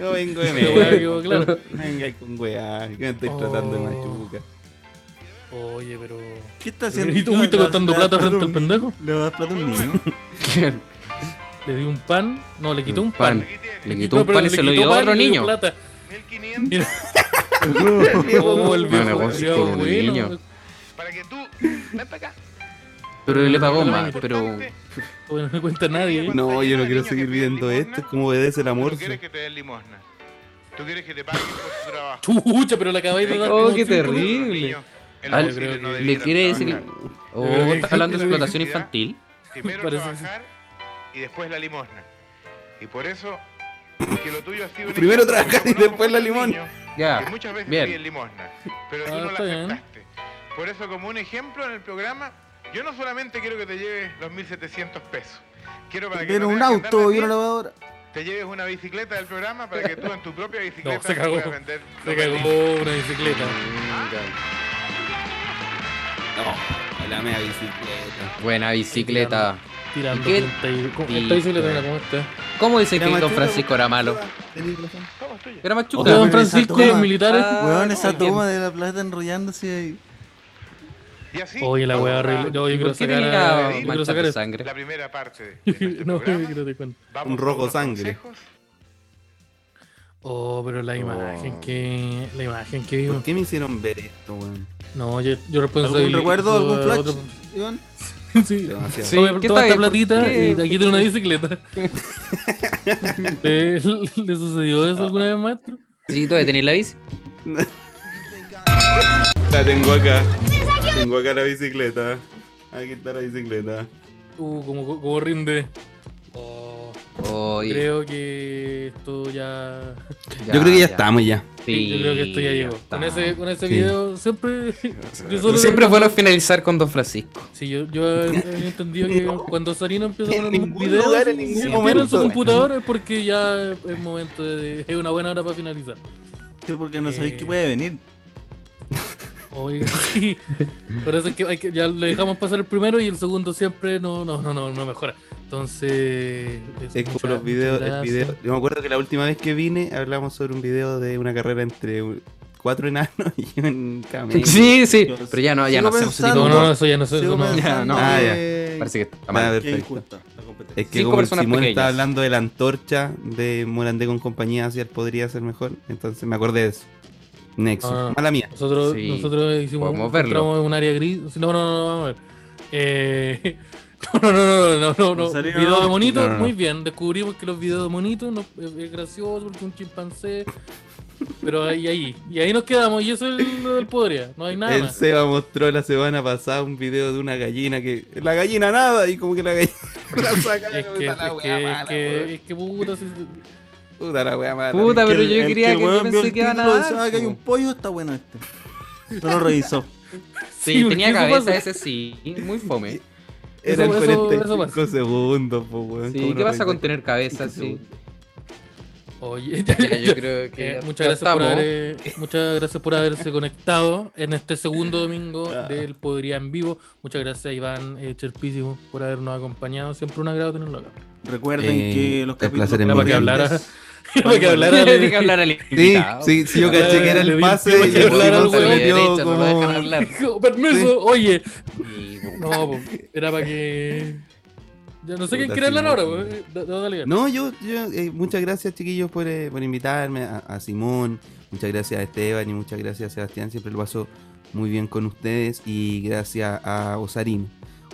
D: Yo vengo de
C: Pero, weón,
D: México.
C: yo, claro.
D: Venga ahí con weá, que me estoy tratando de
C: Oh.
D: machuca.
C: Oye, pero.
A: ¿Qué está haciendo?
C: ¿Y tú fuiste
A: Le-
C: contando
A: le das
C: plata
A: plata
C: frente
A: a
C: al
A: un-
C: pendejo?
A: Le vas a dar plata a un niño.
C: Le di un pan. No, le quitó un
B: Dạ.
C: pan.
B: Le
C: No,
B: quitó un
C: pero
B: pan y
C: le
B: se lo
C: quitó
B: dio a
C: pan
B: otro
C: y le dio
B: niño.
C: plata. *laughs* Mira,
D: Diego,
C: oh, el
B: Bueno,
C: viejo
B: vos
C: culiao,
B: con un
C: bueno.
B: niño.
E: Para que tú. Ven para acá.
B: Pero le pagó más,
C: Importante.
B: pero.
C: Bueno, no me cuenta nadie. ¿eh?
D: No, yo no quiero seguir viendo esto, es como obedece el amor.
E: Tú quieres que te den limosna. Tú quieres que te paguen por tu trabajo.
C: Chucha, pero la acabáis de dar.
B: Oh,
C: como
B: qué
C: cinco
B: terrible.
C: minutos.
E: Niño, en
B: Al-
E: los no
C: creo que-
B: Le
E: debieran
B: quiere decir.
E: trabajar.
B: Oh,
C: Pero que-
B: está hablando de
C: que-
B: explotación infantil.
E: Primero
C: Parece-
E: trabajar y después la limosna. Y por eso que lo tuyo ha sido un
D: Primero
E: ejemplo,
D: trabajar
E: porque
D: y después la
E: conozco muchos
D: limón.
E: niños que
B: Ya.
E: muchas veces
B: Ah, bien.
E: piden limosna, pero tú
C: Ah,
E: no la
C: está bien.
E: aceptaste. Por eso, como un ejemplo en el programa, yo no solamente quiero que te lleves los 1.700 pesos, quiero para que
A: Tiene
E: no
A: un
E: tengas que andar
A: auto
E: de
A: y una
E: pie,
A: lavadora.
E: te lleves una bicicleta del programa para que tú en tu propia bicicleta
C: *laughs* No, se cagó.
E: puedas vender
C: Se
E: lo que a ti-
C: cagó una bicicleta.
B: Ah.
D: No, la mea bicicleta.
B: Buena bicicleta.
C: Tirando.
B: ¿Qué?
C: punta y- con-
B: Sí,
C: Esta bicicleta,
B: weón.
C: mira cómo está.
B: ¿Cómo dicen que
D: Era
B: don
D: machuca,
B: Francisco era malo?
A: Tenés razón.
E: Toma, es tuya.
B: Era
C: Ojo, don
B: machuca.
A: Ojalá.
C: Francisco y los militares.
B: Ah,
A: Weón,
B: no,
A: esa
B: bien.
A: toma de la plata enrollándose ahí.
E: Y así.
C: Oye, la
E: vamos
C: wea
E: a
C: horrible. Yo, yo quiero
B: ¿Por qué
C: sacar
B: tenía
C: a.
E: yo
B: la
E: quiero
B: mancha
C: sacar
B: de
C: esto.
E: La
B: sangre?
E: primera parte de nuestro
C: *laughs* No, yo
E: programa.
C: quiero te cuento.
E: Vamos
D: Un
E: con
D: rojo
E: unos
D: sangre.
E: consejos.
C: Oh, pero la imagen que. La imagen que
D: ¿Por
C: vimos.
D: qué me hicieron ver esto, weón?
C: No, yo, yo responsabilizo.
A: ¿Algún recuerdo? ¿Algún
C: a
A: flash?
C: otro- *laughs*
A: Iván?
C: Sí.
D: Demasiado.
B: pues, Sí,
C: Toma,
B: ¿qué
C: toma
B: tal?
C: esta
B: ¿Por
C: platita
B: qué?
C: y aquí tiene una bicicleta. ¿Le, le sucedió eso alguna vez, maestro?
B: Sí, tú de tener la bici.
D: La Ah, tengo *laughs* acá. Tengo acá la bicicleta. Aquí está la bicicleta.
C: Uh, como, como rinde. Oh,
B: Oye,
C: creo que esto ya.
D: Yo creo que ya,
B: está
D: estamos ya.
B: Sí,
C: yo creo que esto ya llegó.
B: está.
C: Con ese, con ese
D: Sí.
C: video siempre. yo solo-
B: Siempre es bueno finalizar con Don Francisco.
C: Sí, yo, yo he entendido
D: *laughs*
C: que cuando Sarino empieza a
D: En
C: poner
D: ningún
C: videos
D: lugar, en ningún
C: si tiene en su
D: momento.
C: computadora es porque ya es momento de. Es una buena hora para finalizar.
A: Sí, porque no sabéis
C: Eh.
A: que puede venir.
C: Oye, *laughs* sí. Por eso es que, hay que- ya le dejamos pasar el primero y el segundo siempre no, no, no, no, no mejora. Entonces.
D: Es
C: muchas-
D: como los videos.
C: muchas
D: el video- Yo me acuerdo que la última vez que vine hablamos sobre un video de una carrera entre un- cuatro enanos *laughs* y un camello.
B: Sí, sí.
A: Yo
B: Pero ya no, ya
A: sigo
B: no hacemos ese tipo
A: pensando-
C: No,
B: de
C: no,
B: humor.
C: eso ya no sé.
A: Sigo
C: Eso no,
A: pensando
B: Ya, no.
A: que-
D: Ah, ya.
B: Parece que está
D: Ah,
B: mal.
A: que
D: perfecto.
A: injusta la competencia.
D: Es que
B: Cinco
D: como el
B: personas
D: Simón
B: pequeñas.
D: estaba hablando de la antorcha de Morandé con compañía, así él podría ser mejor. Entonces me acordé de eso. Nexo.
C: Ah.
D: Mala mía.
C: Nosotros,
B: Sí,
C: nosotros hicimos
B: podemos
C: un-
B: verlo.
C: entramos en un área gris. No, no, no, no, vamos a ver. Eh, *laughs* no, no, no, no, no, no, no.
A: Rosario,
C: Video de
A: no.
C: monito,
D: No, no, no.
C: muy bien. Descubrimos que los videos de monito no, eh, es, es gracioso porque un chimpancé. Pero ahí, ahí. Y ahí nos quedamos. Y eso es lo del podría. No hay nada.
D: El
C: más.
D: Seba mostró la semana pasada un video de una gallina que. La gallina nada, y como que la gallina. la saca
C: Es que,
D: puta, la
C: es
D: wea
C: que,
D: mala,
C: es que,
D: weón.
C: es que puta, si-
D: Puta la wea mala.
B: Puta, pero
A: el-
B: yo
A: el
B: quería que
A: weón vio
B: pensé
A: el
B: que iban a
A: título dice,
B: dar.
A: "Ah, que hay un pollo, está bueno este. No lo revisó.
B: Sí, tenía
C: eso
B: cabeza
C: pasa.
B: ese sí. Muy fome.
D: Eran
C: eso- eso-
D: 45
C: eso pasa.
D: segundos, po, weón.
B: Sí,
D: ¿Cómo
B: ¿qué
D: no
B: pasa con
D: revisas?
B: tener cabeza sí?
C: Oye,
B: Ya, yo creo que.
C: Eh,
B: ya-
C: muchas,
B: ya
C: gracias por
B: estamos.
C: haber, eh, muchas gracias por
D: *laughs*
C: haberse conectado en este segundo domingo
D: Ah.
C: del Podría en Vivo. Muchas gracias a Iván eh, Cherpísimo por habernos acompañado. Siempre un agrado tenerlo
D: *laughs*
C: acá.
A: Recuerden
D: Eh,
A: que los
D: el placer
A: capítulos
D: es mío.
A: variantes-
C: Hablar Para que hablar al-
B: Tiene
C: *laughs*
B: que hablar al
D: Sí,
B: invitado.
D: sí, sí, yo
C: Hablar-
D: caché que era
C: le
D: el
C: vi-
D: pase
C: le vi
D: y el
C: hablar al
D: Simón se
C: weón
B: de
D: volvió
B: derecha, no lo
D: como-
B: dejan hablar.
C: Dijo, Permiso,
D: Sí.
C: oye.
B: Y, bueno,
D: *laughs*
C: No, po, era para que. Ya no sé quién
D: Puta,
C: quiere hablar
D: sí,
C: ahora.
D: no.
C: po, eh, da- da- dale,
D: No, yo, yo eh, muchas gracias chiquillos por, eh, por invitarme, a, a Simón, muchas gracias a Esteban y muchas gracias a Sebastián, siempre lo paso muy bien con ustedes y gracias a Osarino.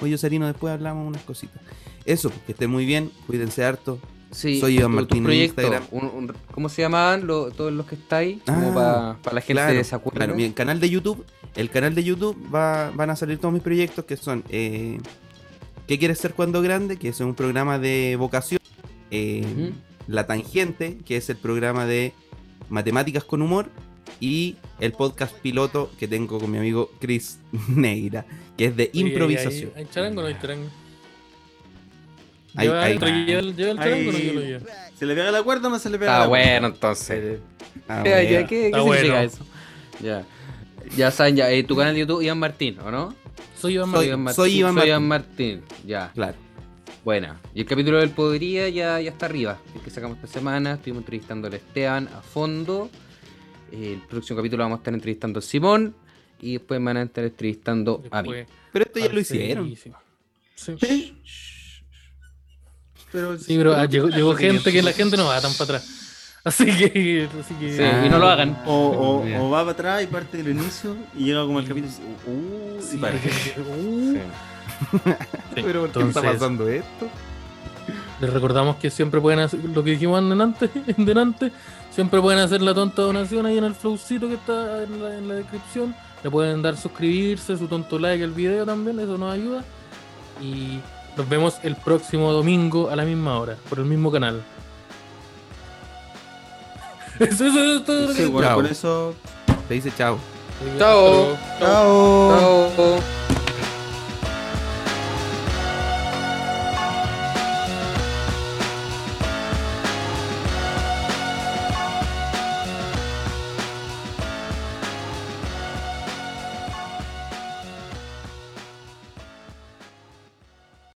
D: Oye Osarino, después hablamos unas cositas. Eso, que estén muy bien, cuídense harto.
B: sí,
D: Soy Iván
B: tu- tu
D: Martín en
B: proyecto,
D: Instagram.
B: un- un- ¿Cómo se llamaban lo- todos los que estáis? Como
D: Ah,
B: para la gente
D: Claro,
B: de esa
D: claro, mi canal de YouTube, el canal de YouTube va, van a salir todos mis proyectos que son eh, ¿Qué quieres ser cuando grande? Que es un programa de vocación. eh,
B: Ujú.
D: La Tangente, que es el programa de matemáticas con humor, y el podcast piloto que tengo con mi amigo Chris *laughs* Neira, que es de improvisación.
C: ¿Hay charango o no hay charango?
D: Ahí-
C: ¿Lleva
D: ahí-
C: el tra- lleva el lleva el
A: Ahí-
C: charango o no lleva- lo lleva?
A: ¿Se le pega la cuerda o no se le pega
B: Está
A: la cuerda?
B: bueno, entonces.
D: Ah,
B: Ya, ya,
D: bueno.
B: ¿Qué,
C: Está
B: qué significa
C: bueno.
B: eso? Ya. Ya saben, ya, eh, tu canal de YouTube, Iván Martín, ¿o no?
C: Soy Iván
D: Soy-
C: Martínez.
D: soy Iván
B: Martín. Ya,
D: Claro.
B: buena. Y el capítulo del Podría ya, ya está arriba, el que sacamos esta semana. Estuvimos entrevistando al Esteban a fondo. Eh, El próximo capítulo vamos a estar entrevistando a Simón. Y después me van a estar entrevistando
D: Ah,
B: a mí.
C: Después,
D: Pero esto ya lo
C: Marcelísimo.
D: hicieron.
C: Ah, Sí.
A: Pero,
C: Sí, pero ah, llegó, llegó gente que la gente no va tan para atrás. Así que. Así que
B: Sí, y no lo hagan.
A: O, o- o va para atrás y parte del inicio y llega como al capítulo y dice, "Uh,
C: Sí,
A: y para".
C: uh,
B: Sí.
C: sí.
D: Pero ¿por qué está
C: Entonces,
D: pasando esto?
C: Les recordamos que siempre pueden hacer lo que dijimos en antes, *laughs* en delante, siempre pueden hacer la tonta donación ahí en el flowcito que está en la, en la descripción. Le pueden dar suscribirse, su tonto like al video también, eso nos ayuda. Y nos vemos el próximo domingo a la misma hora, por el mismo canal. *laughs* Eso, eso, eso es todo lo que-
A: Sí, bueno,
D: Chao.
A: por eso.
D: Te dice chao.
B: Chao.
A: Chao.
B: Chao.